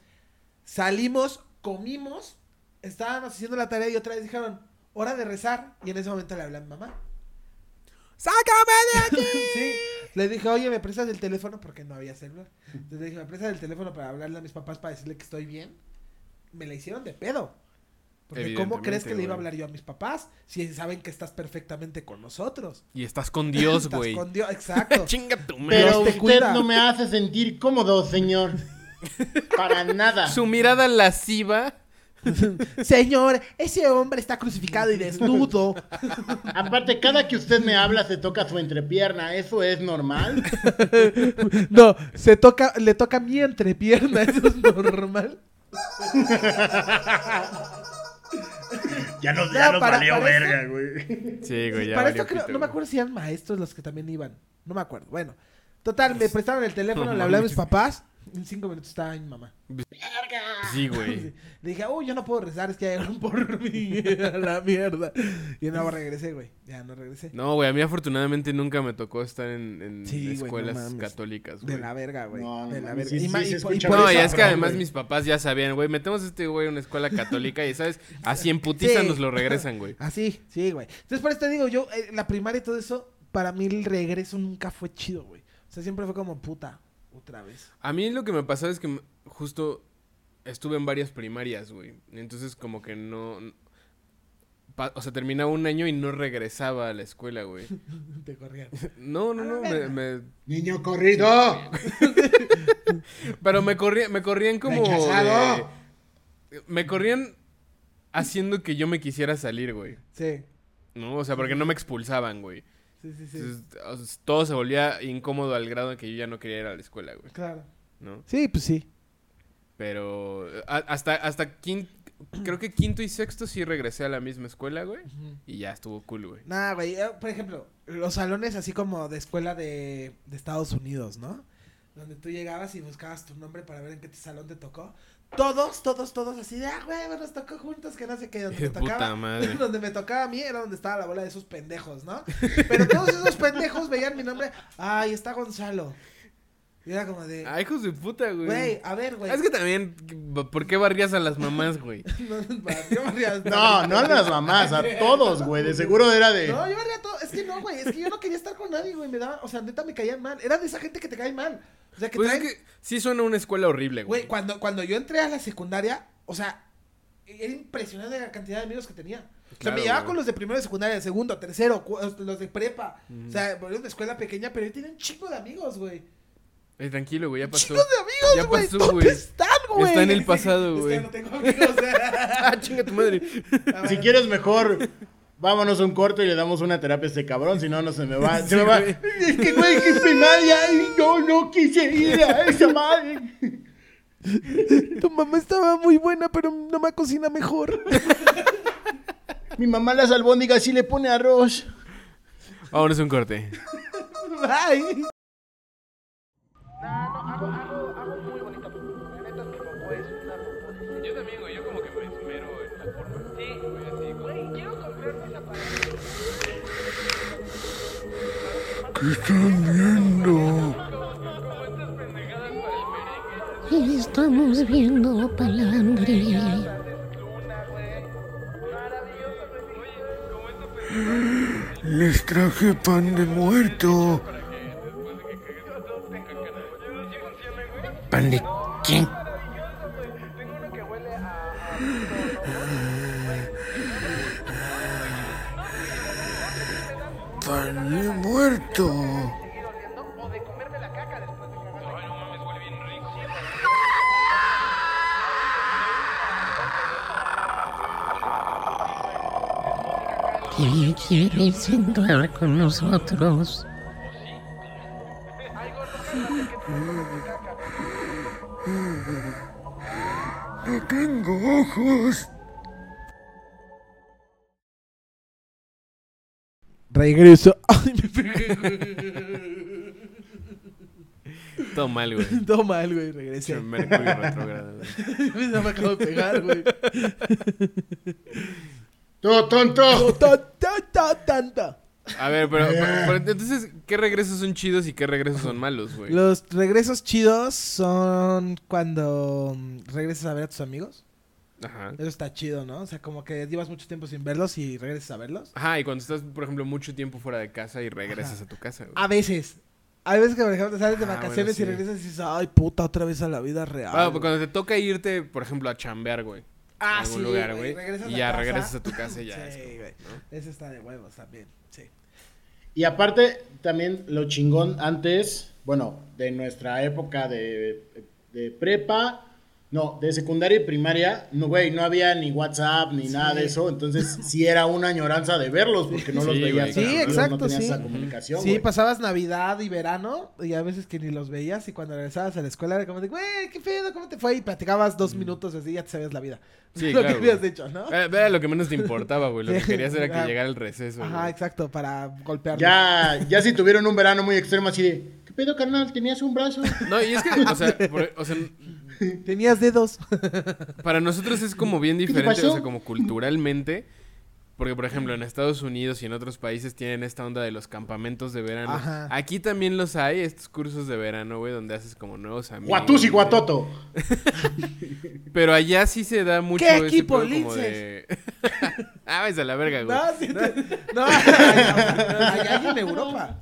Speaker 3: salimos, comimos, estábamos haciendo la tarea y otra vez dijeron, hora de rezar, y en ese momento le hablé a mi mamá. ¡Sácame de aquí! sí, le dije, oye, ¿me prestas el teléfono? Porque no había celular. Entonces le dije, ¿me prestas el teléfono para hablarle a mis papás para decirle que estoy bien? Me la hicieron de pedo. Porque ¿cómo
Speaker 1: Evidentemente,
Speaker 3: crees que le iba a
Speaker 1: güey.
Speaker 3: hablar yo a mis papás si saben que estás perfectamente con nosotros?
Speaker 1: Y estás con Dios,
Speaker 3: Estás
Speaker 1: güey.
Speaker 3: con Dios, exacto.
Speaker 1: Chinga tu madre.
Speaker 2: Pero
Speaker 3: Dios te
Speaker 2: usted
Speaker 3: cuida.
Speaker 2: no me hace sentir cómodo, señor. Para nada.
Speaker 1: Su mirada lasciva.
Speaker 3: Señor, ese hombre está crucificado y desnudo.
Speaker 2: Aparte, cada que usted me habla se toca su entrepierna. ¿Eso es normal?
Speaker 3: No, se toca, le toca mi entrepierna, eso es normal.
Speaker 2: Ya nos,
Speaker 3: ya No, nos para- valió para verga,
Speaker 2: güey.
Speaker 1: Sí, güey, ya.
Speaker 3: Para
Speaker 1: valió
Speaker 3: esto creo,
Speaker 1: pito,
Speaker 3: no me
Speaker 1: güey.
Speaker 3: acuerdo si eran maestros los que también iban. No me acuerdo. Bueno, total,
Speaker 1: Pues,
Speaker 3: me prestaron el teléfono, le hablé a mis papás. En cinco minutos estaba mi mamá.
Speaker 1: Sí, güey.
Speaker 3: Le dije, uy, yo no puedo rezar, es que ya llegaron por mí a la mierda. Y no regresé, güey. Ya no regresé.
Speaker 1: No, güey, a mí afortunadamente nunca me tocó estar en, en
Speaker 3: Sí, güey, no
Speaker 1: escuelas
Speaker 3: mames. de
Speaker 1: católicas, Pues, güey.
Speaker 3: la verga, güey.
Speaker 2: No, no
Speaker 3: de la verga.
Speaker 2: mames, sí,
Speaker 3: y,
Speaker 2: sí,
Speaker 3: ma-
Speaker 2: sí,
Speaker 3: y
Speaker 2: se
Speaker 3: por- y
Speaker 2: escucha
Speaker 3: por
Speaker 1: No,
Speaker 3: eso-
Speaker 1: ya es que
Speaker 2: cabrón,
Speaker 1: además
Speaker 2: güey.
Speaker 1: mis papás ya sabían, güey, metemos a este güey en una escuela católica y, ¿sabes? Así en putiza
Speaker 3: Sí.
Speaker 1: nos lo regresan, güey.
Speaker 3: Así, Ah, sí, güey. Entonces, por eso te digo, yo, eh, la primaria y todo eso, para mí el regreso nunca fue chido, güey. O sea, siempre fue como puta, otra vez.
Speaker 1: A mí lo que me pasó es que m- justo estuve en varias primarias, güey. Entonces como que no... n- pa- O sea, terminaba un año y no regresaba a la escuela, güey.
Speaker 3: Te corrían.
Speaker 1: No, no, no. me- me-
Speaker 2: Niño corrido.
Speaker 1: pero me, corría, me corrían como...
Speaker 2: Rechazado.
Speaker 1: de- me corrían haciendo que yo me quisiera salir, güey.
Speaker 3: Sí,
Speaker 1: No, o sea, porque no me expulsaban, güey.
Speaker 3: sí, sí, sí.
Speaker 1: Entonces, o sea, todo se volvía incómodo al grado en que yo ya no quería ir a la escuela, güey.
Speaker 3: claro.
Speaker 1: ¿No?
Speaker 3: Sí, pues sí.
Speaker 1: Pero eh, a- hasta, hasta quinto, creo que quinto y sexto sí regresé a la misma escuela, güey. Y ya estuvo cool, güey.
Speaker 3: Nada, güey. eh, Por ejemplo, los salones así como de escuela de, de Estados Unidos, ¿no? Donde tú llegabas y buscabas tu nombre para ver en qué salón te tocó. Todos, todos, todos así de, ah, güey, nos tocó juntos, que no sé qué, donde me
Speaker 1: Puta
Speaker 3: tocaba.
Speaker 1: madre.
Speaker 3: Donde me tocaba a mí era donde estaba la bola de esos pendejos, ¿no? Pero todos esos pendejos veían mi nombre, ay, está Gonzalo. Y era como de,
Speaker 1: Ah, hijos de puta, güey.
Speaker 3: güey, a ver, güey.
Speaker 1: Es que también, ¿por qué barrías a las mamás, güey?
Speaker 3: No, yo barría-
Speaker 2: No, no a las mamás, a todos, güey. De seguro era de.
Speaker 3: No, yo barría todo. Es que no, güey. Es que yo no quería estar con nadie, güey. Me daba, o sea, neta me caían mal. Era de esa gente que te cae mal. O sea, que
Speaker 1: Pues
Speaker 3: traen-
Speaker 1: es que sí suena una escuela horrible,
Speaker 3: Güey,
Speaker 1: güey.
Speaker 3: cuando, cuando yo entré a la secundaria, o sea, era impresionante la cantidad de amigos que tenía. o sea,
Speaker 1: Claro,
Speaker 3: me llevaba
Speaker 1: güey.
Speaker 3: con los de primero, de secundaria, de segundo, tercero, cu- eh, los de prepa. O sea, volví a una escuela pequeña, pero yo tenía un chingo de amigos, güey.
Speaker 1: Eh, tranquilo, güey, ya
Speaker 3: Un
Speaker 1: pasó.
Speaker 3: chingo de
Speaker 1: Ya
Speaker 3: amigos, güey.
Speaker 1: pasó,
Speaker 3: ¿Dónde
Speaker 1: güey.
Speaker 3: están, güey?
Speaker 1: Está en el pasado, güey.
Speaker 3: Es que no tengo amigos. eh.
Speaker 1: Ah, chinga tu madre.
Speaker 2: Si quieres mejor, vámonos un corto y le damos una terapia a este cabrón, si no, no se me va. Se me va.
Speaker 1: güey.
Speaker 2: Es que, güey, que es primaria y yo no quise ir a esa madre.
Speaker 3: tu mamá estaba muy buena, pero no me cocina mejor.
Speaker 2: Mi mamá las albóndigas sí le pone arroz.
Speaker 1: Vámonos a un corte.
Speaker 3: Bye.
Speaker 1: Yo también, güey, yo como que me esmero en la forma. Sí, güey, así como...
Speaker 8: Estamos viendo palangre.
Speaker 7: Les traje pan de muerto. ¿Pan de quién? pan de muerto.
Speaker 8: ¿Quién quiere cenar con nosotros?
Speaker 7: No tengo ojos.
Speaker 5: Regreso. Ay, me pegué.
Speaker 1: Todo mal, güey.
Speaker 3: Todo mal, güey, regresé.
Speaker 1: Mercurio retrógrado, güey.
Speaker 3: Ya me acabo de pegar, güey.
Speaker 2: ¡Tú, tonto!
Speaker 3: Ta, ta, ta, ta, ta.
Speaker 1: A ver, pero, pero- pero entonces, ¿qué regresos son chidos y qué regresos son malos, güey?
Speaker 3: Los regresos chidos son cuando mm, regresas a ver a tus amigos.
Speaker 1: Ajá.
Speaker 3: Eso está chido, ¿no? O sea, como que llevas mucho tiempo sin verlos y regresas a verlos.
Speaker 1: Ajá, y cuando estás, por ejemplo, mucho tiempo fuera de casa y regresas a tu casa, güey.
Speaker 3: A veces. Hay veces que, por ejemplo, sales de
Speaker 1: Ah, bueno,
Speaker 3: vacaciones
Speaker 1: sí.
Speaker 3: y regresas y dices, ay, puta, otra vez a la vida real.
Speaker 1: Ah, pues cuando te toca irte, por ejemplo, a chambear, güey.
Speaker 3: Ah,
Speaker 1: a algún
Speaker 3: sí,
Speaker 1: lugar,
Speaker 3: güey,
Speaker 1: güey.
Speaker 3: regresas
Speaker 1: Y
Speaker 3: a
Speaker 1: ya
Speaker 3: casa.
Speaker 1: regresas a tu casa y ya.
Speaker 3: Sí,
Speaker 1: es como,
Speaker 3: güey.
Speaker 1: ¿no?
Speaker 3: Eso está de huevos también, sí.
Speaker 2: Y aparte, también lo chingón antes, bueno, de nuestra época de, de prepa, no, de secundaria y primaria, no, güey, no había ni WhatsApp ni nada de eso, entonces sí era una añoranza de verlos porque no los
Speaker 1: Sí, güey.
Speaker 2: veías.
Speaker 1: Sí,
Speaker 2: seguido,
Speaker 3: exacto,
Speaker 2: No tenías
Speaker 3: sí.
Speaker 2: esa comunicación,
Speaker 3: sí,
Speaker 2: güey.
Speaker 3: pasabas Navidad y verano y a veces que ni los veías y cuando regresabas a la escuela era como de, güey, qué pedo, ¿cómo te fue? Y platicabas dos minutos así y ya te sabías la vida.
Speaker 1: Mm. Sí,
Speaker 3: Lo
Speaker 1: claro,
Speaker 3: que habías
Speaker 1: güey.
Speaker 3: dicho, ¿no?
Speaker 1: Era- era "Eh, lo que menos te importaba, güey. Lo que
Speaker 3: Sí.
Speaker 1: querías era que
Speaker 3: Ah.
Speaker 1: llegara el receso.
Speaker 3: Ajá,
Speaker 1: güey.
Speaker 3: exacto, para golpearlo.
Speaker 2: Ya, ya si tuvieron un verano muy extremo así de, ¿qué pedo, carnal? ¿Tenías un brazo?
Speaker 1: No, y es que, o sea, por- o sea,
Speaker 3: Tenías dedos.
Speaker 1: para nosotros es como bien
Speaker 2: te
Speaker 1: diferente, o sea,
Speaker 2: pasó?
Speaker 1: como culturalmente. Porque, por ejemplo, en Estados Unidos y en otros países tienen esta onda de los campamentos de verano.
Speaker 3: Ajá.
Speaker 1: Aquí también los hay, estos cursos de verano, güey, donde haces como nuevos amigos.
Speaker 2: Guatús y
Speaker 1: güey.
Speaker 2: guatoto.
Speaker 1: Pero allá sí se da mucho
Speaker 3: ¿Qué
Speaker 1: ese
Speaker 3: equipo
Speaker 1: pedo como
Speaker 3: linces?
Speaker 1: de... ah, váyanse a la verga, güey.
Speaker 3: no, sí, te- no, hay, hay en Europa.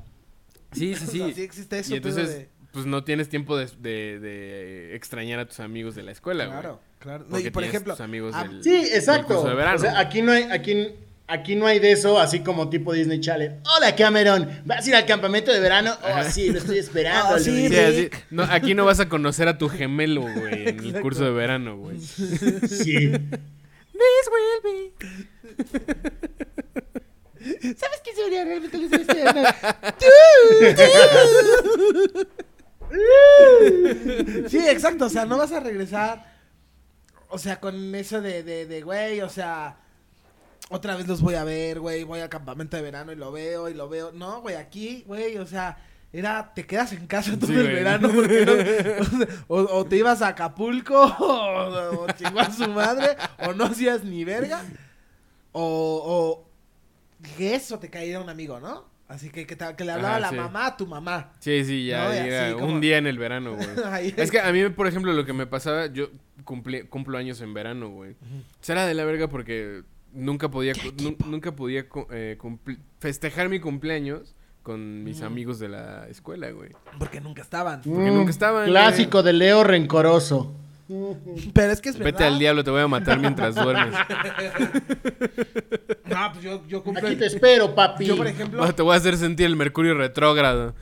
Speaker 1: Sí, sí, sí.
Speaker 3: O sea, sí existe eso,
Speaker 1: Y entonces,
Speaker 3: pero de-
Speaker 1: pues no tienes tiempo de, de- de extrañar a tus amigos de la escuela, güey.
Speaker 3: Claro, claro. No,
Speaker 1: Porque
Speaker 3: y por
Speaker 1: tienes
Speaker 3: ejemplo,
Speaker 1: tus amigos
Speaker 3: ah,
Speaker 1: del,
Speaker 2: Sí,
Speaker 1: del
Speaker 2: exacto.
Speaker 1: curso de verano.
Speaker 2: O sea, aquí no hay, aquí, aquí no hay de eso, así como tipo Disney Channel. Hola Cameron, ¿vas a ir al campamento de verano? Oh, sí, lo estoy esperando.
Speaker 3: Ah, sí,
Speaker 2: Luis".
Speaker 1: Sí, así- no, aquí no vas a conocer a tu gemelo, güey, en el curso de verano, güey.
Speaker 2: Sí.
Speaker 3: ¿sabes qué sería realmente lo que se espera? Sí, exacto. O sea, no vas a regresar. O sea, con eso de, de, de, güey, o sea, otra vez los voy a ver, güey, voy al campamento de verano y lo veo y lo veo. No, güey, aquí, güey, o sea, era, te quedas en casa todo
Speaker 1: Sí,
Speaker 3: el
Speaker 1: güey.
Speaker 3: verano porque no- o, o te ibas a Acapulco o, o chingó a su madre o no hacías ni verga o, o que eso te caía un amigo, ¿no? Así que que, te- que le hablaba
Speaker 1: Ajá,
Speaker 3: la
Speaker 1: sí.
Speaker 3: mamá a tu mamá.
Speaker 1: Sí, sí, ya
Speaker 3: No, y
Speaker 1: era
Speaker 3: así
Speaker 1: un
Speaker 3: como-
Speaker 1: día en el verano, güey.
Speaker 3: Ahí.
Speaker 1: es que a mí, por ejemplo, lo que me pasaba, yo cumplí, cumplo años en verano, güey. O sea, era de la verga porque nunca podía, cu- nu- nunca podía cu- eh, cumpli- festejar mi cumpleaños con mis amigos de la escuela, güey.
Speaker 3: Porque nunca estaban.
Speaker 1: Porque nunca estaban. güey.
Speaker 2: Mm, Clásico de Leo Rencoroso. Mm.
Speaker 3: Pero es que es verdad.
Speaker 1: Vete al diablo, te voy a matar mientras duermes.
Speaker 3: No, pues yo, yo cumplo.
Speaker 2: Aquí te espero, papi.
Speaker 3: Yo, por ejemplo,
Speaker 1: Va, te voy a hacer sentir el mercurio retrógrado.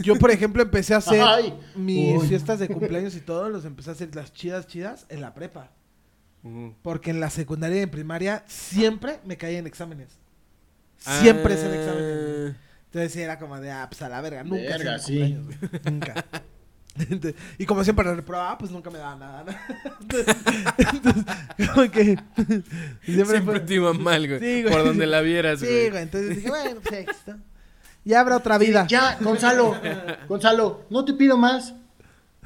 Speaker 3: yo, por ejemplo, empecé a hacer
Speaker 2: Ay.
Speaker 3: mis
Speaker 2: Uy.
Speaker 3: fiestas de cumpleaños y todo, los empecé a hacer las chidas, chidas en la prepa.
Speaker 1: Ujú.
Speaker 3: Porque en la secundaria y en primaria siempre me caía en exámenes. Siempre
Speaker 1: Ah.
Speaker 3: es en exámenes. güey. Entonces sí, era como de, ah, pues a la verga, nunca.
Speaker 2: Verga,
Speaker 3: hacía mi cumpleaños, güey. Nunca. Ente- y como siempre reprobaba, pues nunca me daba nada. ¿no? Entonces, como que. siempre
Speaker 1: Siempre
Speaker 3: fue-
Speaker 1: te iba mal, güey.
Speaker 3: Sí, güey.
Speaker 1: Por donde la vieras,
Speaker 3: Sí, güey. Entonces dije, bueno, pues esto. Ya habrá otra vida.
Speaker 2: Ya, Gonzalo, Gonzalo, no te pido más.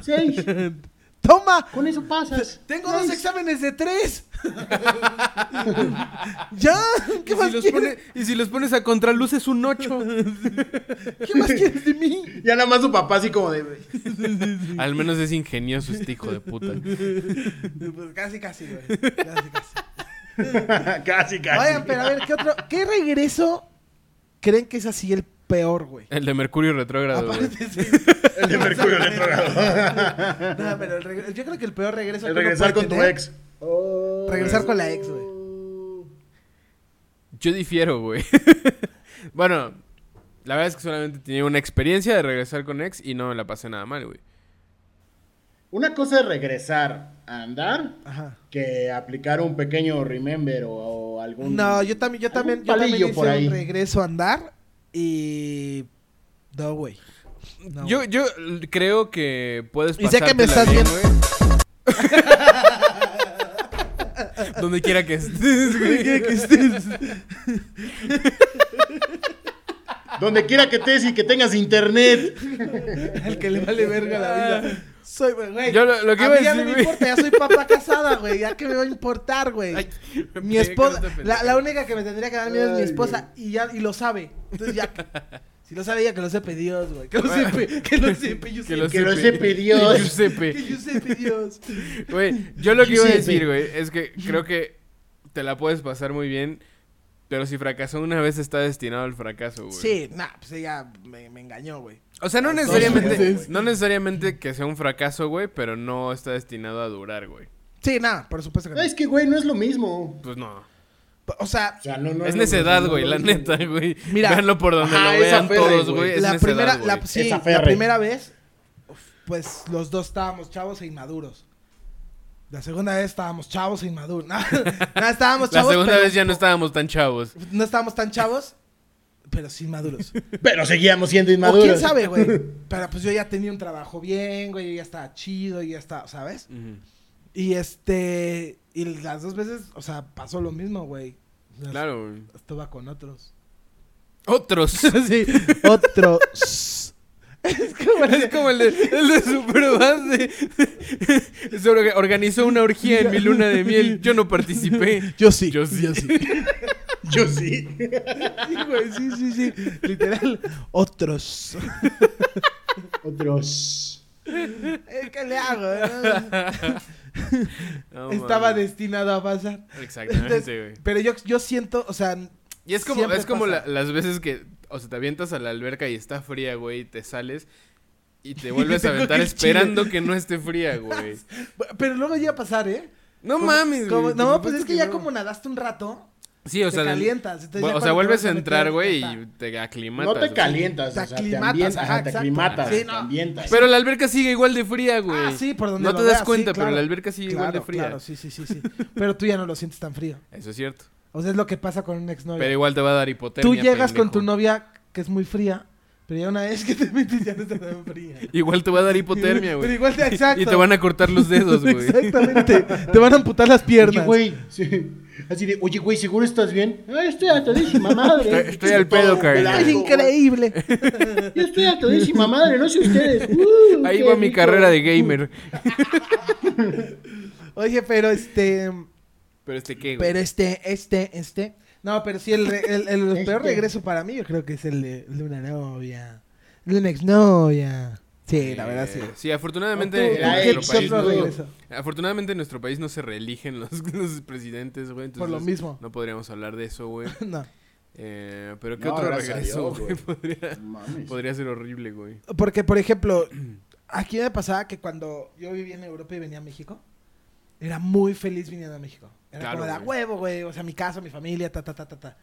Speaker 2: Seis,
Speaker 3: ¡Toma!
Speaker 2: con eso pasas.
Speaker 3: Tengo dos exámenes de tres. ya, ¿qué
Speaker 1: ¿Y,
Speaker 3: más
Speaker 1: si los
Speaker 3: quieres?
Speaker 1: pone- y si los pones a contraluz es un 8.
Speaker 3: ¿Qué más quieres de mí?
Speaker 2: Ya nada más su papá así como de...
Speaker 1: Al menos es ingenioso este hijo de puta.
Speaker 3: Pues casi, casi, güey. Casi, casi.
Speaker 2: casi, casi.
Speaker 3: Oigan, pero a ver, ¿qué otro? ¿Qué regreso creen que es así el peor, güey?
Speaker 1: El de Mercurio retrógrado, güey.
Speaker 3: Aparte, sí.
Speaker 2: El de Mercurio retrogrado.
Speaker 3: No, pero el regre- yo creo que el peor regreso. que
Speaker 2: El
Speaker 3: uno
Speaker 2: regresar
Speaker 3: puede
Speaker 2: con tu
Speaker 3: tener-
Speaker 2: ex.
Speaker 3: ¿eh? Regresar con la ex, güey.
Speaker 1: Yo difiero, güey. bueno, La verdad es que solamente tenía una experiencia de regresar con ex y no me la pasé nada mal, güey.
Speaker 2: Una cosa es regresar a andar
Speaker 3: Ajá.
Speaker 2: que aplicar un pequeño remember o, o algún.
Speaker 3: No, yo también, yo también, yo también
Speaker 2: Algún palillo
Speaker 3: hice
Speaker 2: por ahí.
Speaker 3: un regreso a andar y. No, güey. No,
Speaker 1: Yo,
Speaker 3: güey.
Speaker 1: yo creo que puedes
Speaker 3: Y sé que me
Speaker 1: pasártela
Speaker 3: estás
Speaker 1: bien,
Speaker 3: viendo.
Speaker 1: güey, Donde quiera que estés, güey.
Speaker 2: Donde quiera que estés y que tengas internet.
Speaker 3: Al que le vale verga la vida. Soy, güey.
Speaker 1: Yo lo- lo que
Speaker 3: a
Speaker 1: iba
Speaker 3: mí
Speaker 1: a
Speaker 3: ya no
Speaker 1: decir,
Speaker 3: me
Speaker 1: güey.
Speaker 3: importa, ya soy papá casada, güey. Ya que me va a importar, güey.
Speaker 1: Ay, me
Speaker 3: Mi
Speaker 1: pegué
Speaker 3: esposa.
Speaker 1: con esta
Speaker 3: La,
Speaker 1: pendeja.
Speaker 3: la única que me tendría que dar miedo es mi
Speaker 2: Ay,
Speaker 3: esposa y ya y lo sabe. Entonces ya. Si lo sabe ella, que lo sepa Dios, güey. Que lo sepa, que lo sepa, yo
Speaker 1: Que lo
Speaker 2: Que lo
Speaker 1: sepe.
Speaker 2: sepe Dios.
Speaker 1: Que lo sepe.
Speaker 3: Que yo sepa Dios.
Speaker 1: Güey, yo lo que iba a
Speaker 2: Giuseppe.
Speaker 1: decir, güey, es que creo que te la puedes pasar muy bien, pero si fracasó una vez está destinado al fracaso, güey.
Speaker 3: Sí, nah, pues ella me, me engañó, güey.
Speaker 1: O sea, no
Speaker 3: Dos
Speaker 1: necesariamente,
Speaker 3: veces.
Speaker 1: no necesariamente que sea un fracaso, güey, pero no está destinado a durar, güey.
Speaker 3: Sí, nada, por supuesto que
Speaker 2: No,
Speaker 3: no.
Speaker 2: es que, güey, no es lo mismo.
Speaker 1: Pues no.
Speaker 3: O sea,
Speaker 2: O sea, no, no
Speaker 1: es
Speaker 2: lo
Speaker 1: necedad,
Speaker 2: mismo,
Speaker 1: güey,
Speaker 2: no
Speaker 1: la
Speaker 2: es lo mismo.
Speaker 1: neta, güey.
Speaker 3: Mira.
Speaker 1: Véanlo por donde
Speaker 2: Ajá,
Speaker 1: lo
Speaker 2: esa
Speaker 1: vean
Speaker 2: Ferrey,
Speaker 1: todos,
Speaker 2: güey.
Speaker 1: güey. Es
Speaker 3: la
Speaker 1: necedad,
Speaker 3: primera,
Speaker 1: güey.
Speaker 3: la, sí,
Speaker 2: Esa
Speaker 3: la
Speaker 2: Ferrey.
Speaker 3: primera vez, uf, pues los dos estábamos chavos e inmaduros. La segunda vez estábamos chavos e inmaduros. No, no, estábamos
Speaker 1: La
Speaker 3: chavos.
Speaker 1: segunda
Speaker 3: pero
Speaker 1: vez ya no estábamos tan chavos.
Speaker 3: No estábamos tan chavos, pero sí inmaduros.
Speaker 2: Pero seguíamos siendo
Speaker 3: o
Speaker 2: inmaduros.
Speaker 3: quién sabe, güey. Pero pues yo ya tenía un trabajo bien, güey. Yo ya estaba chido, yo ya estaba, ¿sabes? Y este. Y las dos veces, o sea, pasó lo mismo, güey. Las-
Speaker 1: Claro, güey.
Speaker 3: Estuve con otros.
Speaker 1: Otros.
Speaker 3: Sí, otros. es como
Speaker 1: Es como el de, el de Superman de- sobre- organizó una orgía en mi luna de miel. Yo no participé.
Speaker 5: Yo sí.
Speaker 1: Yo sí.
Speaker 2: Yo sí.
Speaker 3: Sí, güey, sí, sí, sí. Literal, otros.
Speaker 2: Otros.
Speaker 3: Eh, ¿Qué le hago? eh?
Speaker 1: No,
Speaker 3: Estaba
Speaker 1: mames.
Speaker 3: destinado a pasar.
Speaker 1: Exactamente, güey.
Speaker 3: Entonces, pero yo, yo siento, o sea,
Speaker 1: Y es como,
Speaker 3: siempre
Speaker 1: es como
Speaker 3: pasa.
Speaker 1: la- las veces que, o sea, te avientas a la alberca y está fría, güey, y te sales y te vuelves
Speaker 3: te
Speaker 1: a aventar
Speaker 3: coge el chile.
Speaker 1: esperando que no esté fría, güey.
Speaker 3: pero luego llega a pasar, ¿eh?
Speaker 1: No
Speaker 3: Como-
Speaker 1: mames,
Speaker 3: como-
Speaker 1: güey.
Speaker 3: No,
Speaker 1: por
Speaker 3: pues
Speaker 1: supuesto
Speaker 3: es que ya
Speaker 1: no.
Speaker 3: como nadaste un rato,
Speaker 1: Sí, o
Speaker 3: te
Speaker 1: sea, del-
Speaker 3: calientas, entonces ya
Speaker 1: bu- o sea,
Speaker 3: cuando te
Speaker 1: vuelves
Speaker 3: vas
Speaker 1: a
Speaker 3: a
Speaker 1: entrar,
Speaker 3: meter,
Speaker 1: güey,
Speaker 3: ya
Speaker 1: y te aclimatas.
Speaker 2: No
Speaker 1: o
Speaker 2: te
Speaker 1: sea.
Speaker 2: calientas,
Speaker 3: Te
Speaker 2: o sea, te
Speaker 3: aclimatas,
Speaker 2: ambientas,
Speaker 3: ajá,
Speaker 2: ajá, te
Speaker 3: exacto.
Speaker 2: aclimatas,
Speaker 3: Sí,
Speaker 2: te
Speaker 3: no.
Speaker 2: ambientas.
Speaker 1: Pero la alberca sigue igual de fría, güey.
Speaker 3: Ah, sí, por donde
Speaker 1: No
Speaker 3: lo
Speaker 1: te das
Speaker 3: veas, sí,
Speaker 1: cuenta,
Speaker 3: claro.
Speaker 1: pero la alberca sigue igual de
Speaker 3: Claro,
Speaker 1: fría.
Speaker 3: Claro, sí, sí, sí, sí. Pero tú ya no lo sientes tan frío.
Speaker 1: Eso es cierto.
Speaker 3: O sea, es lo que pasa con un exnovio.
Speaker 1: Pero igual te va a dar hipotermia.
Speaker 3: Tú llegas con tu
Speaker 1: pendejo.
Speaker 3: novia que es muy fría, pero ya una vez que te metes ya no está tan fría.
Speaker 1: Igual te va a dar hipotermia,
Speaker 3: Pero
Speaker 1: güey.
Speaker 3: igual te exacto.
Speaker 1: Y te van a cortar los dedos, güey.
Speaker 3: Exactamente. Te van a amputar las
Speaker 2: Oye,
Speaker 3: piernas.
Speaker 2: güey. sí. Así de, oye, güey, ¿seguro estás bien? Ah, estoy atadísima madre.
Speaker 1: Estoy- estoy al pedo,
Speaker 2: Todo
Speaker 1: carnal.
Speaker 2: blanco,
Speaker 3: Ay, increíble.
Speaker 2: Yo estoy atadísima madre, no sé ustedes. Uh,
Speaker 1: Ahí
Speaker 2: qué
Speaker 1: va mi
Speaker 2: rico.
Speaker 1: carrera de gamer.
Speaker 3: Oye, pero este.
Speaker 1: Pero este qué, güey.
Speaker 3: Pero este, este, este. No, pero sí, el, re- el, el
Speaker 2: Este.
Speaker 3: peor regreso para mí, yo creo que es el de, el de una novia. De una exnovia. Sí, la verdad sí.
Speaker 1: Eh, Sí, afortunadamente
Speaker 2: Tú,
Speaker 1: en
Speaker 2: la
Speaker 1: nuestro
Speaker 2: ex,
Speaker 1: país
Speaker 2: otro
Speaker 1: no-
Speaker 3: regreso.
Speaker 1: afortunadamente en nuestro país no se reeligen los, los presidentes, güey.
Speaker 3: Por lo
Speaker 1: entonces
Speaker 3: mismo.
Speaker 1: No podríamos hablar de eso, güey.
Speaker 3: No.
Speaker 1: Eh, pero qué
Speaker 2: No,
Speaker 1: otro
Speaker 2: gracias a
Speaker 1: regreso,
Speaker 2: Dios,
Speaker 1: güey,
Speaker 2: güey.
Speaker 1: podría,
Speaker 2: Mames.
Speaker 1: podría ser horrible, güey.
Speaker 3: Porque, por ejemplo, aquí me pasaba que cuando yo vivía en Europa y venía a México, era muy feliz viniendo a México. Era
Speaker 1: Claro,
Speaker 3: como de "A
Speaker 1: güey.
Speaker 3: huevo, güey. O sea, mi casa, mi familia, ta, ta, ta, ta, ta.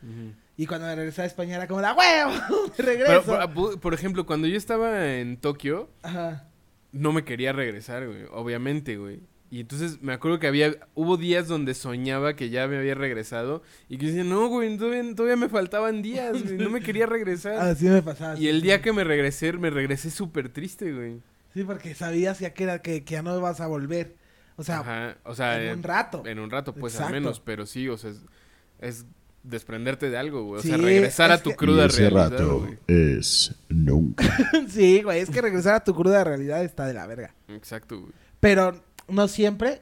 Speaker 3: Y cuando me regresaba a España era como de "A huevo, de
Speaker 1: Pero,
Speaker 3: regreso.
Speaker 1: por- por, por ejemplo, cuando yo estaba en Tokio,
Speaker 3: Ajá.
Speaker 1: no me quería regresar, güey, obviamente, güey. Y entonces me acuerdo que había, hubo días donde soñaba que ya me había regresado y que decía, no, güey, todavía, todavía me faltaban días, güey, no me quería regresar.
Speaker 3: Así Ah, me pasaba.
Speaker 1: Y el día que me regresé, me regresé súper triste, güey.
Speaker 3: Sí, porque sabías ya que, era, que, que ya no vas a volver. O sea,
Speaker 1: Ajá, o sea,
Speaker 3: en un
Speaker 1: eh,
Speaker 3: rato.
Speaker 1: en un rato, pues
Speaker 3: Exacto.
Speaker 1: al menos, pero sí, o sea, es, es desprenderte de algo, güey. O sea,
Speaker 3: Sí,
Speaker 1: regresar a
Speaker 3: es
Speaker 1: tu
Speaker 3: que-
Speaker 1: cruda realidad, güey.
Speaker 7: es nunca.
Speaker 3: sí, güey. Es que regresar a tu cruda realidad está de la verga.
Speaker 1: Exacto, güey.
Speaker 3: Pero no siempre,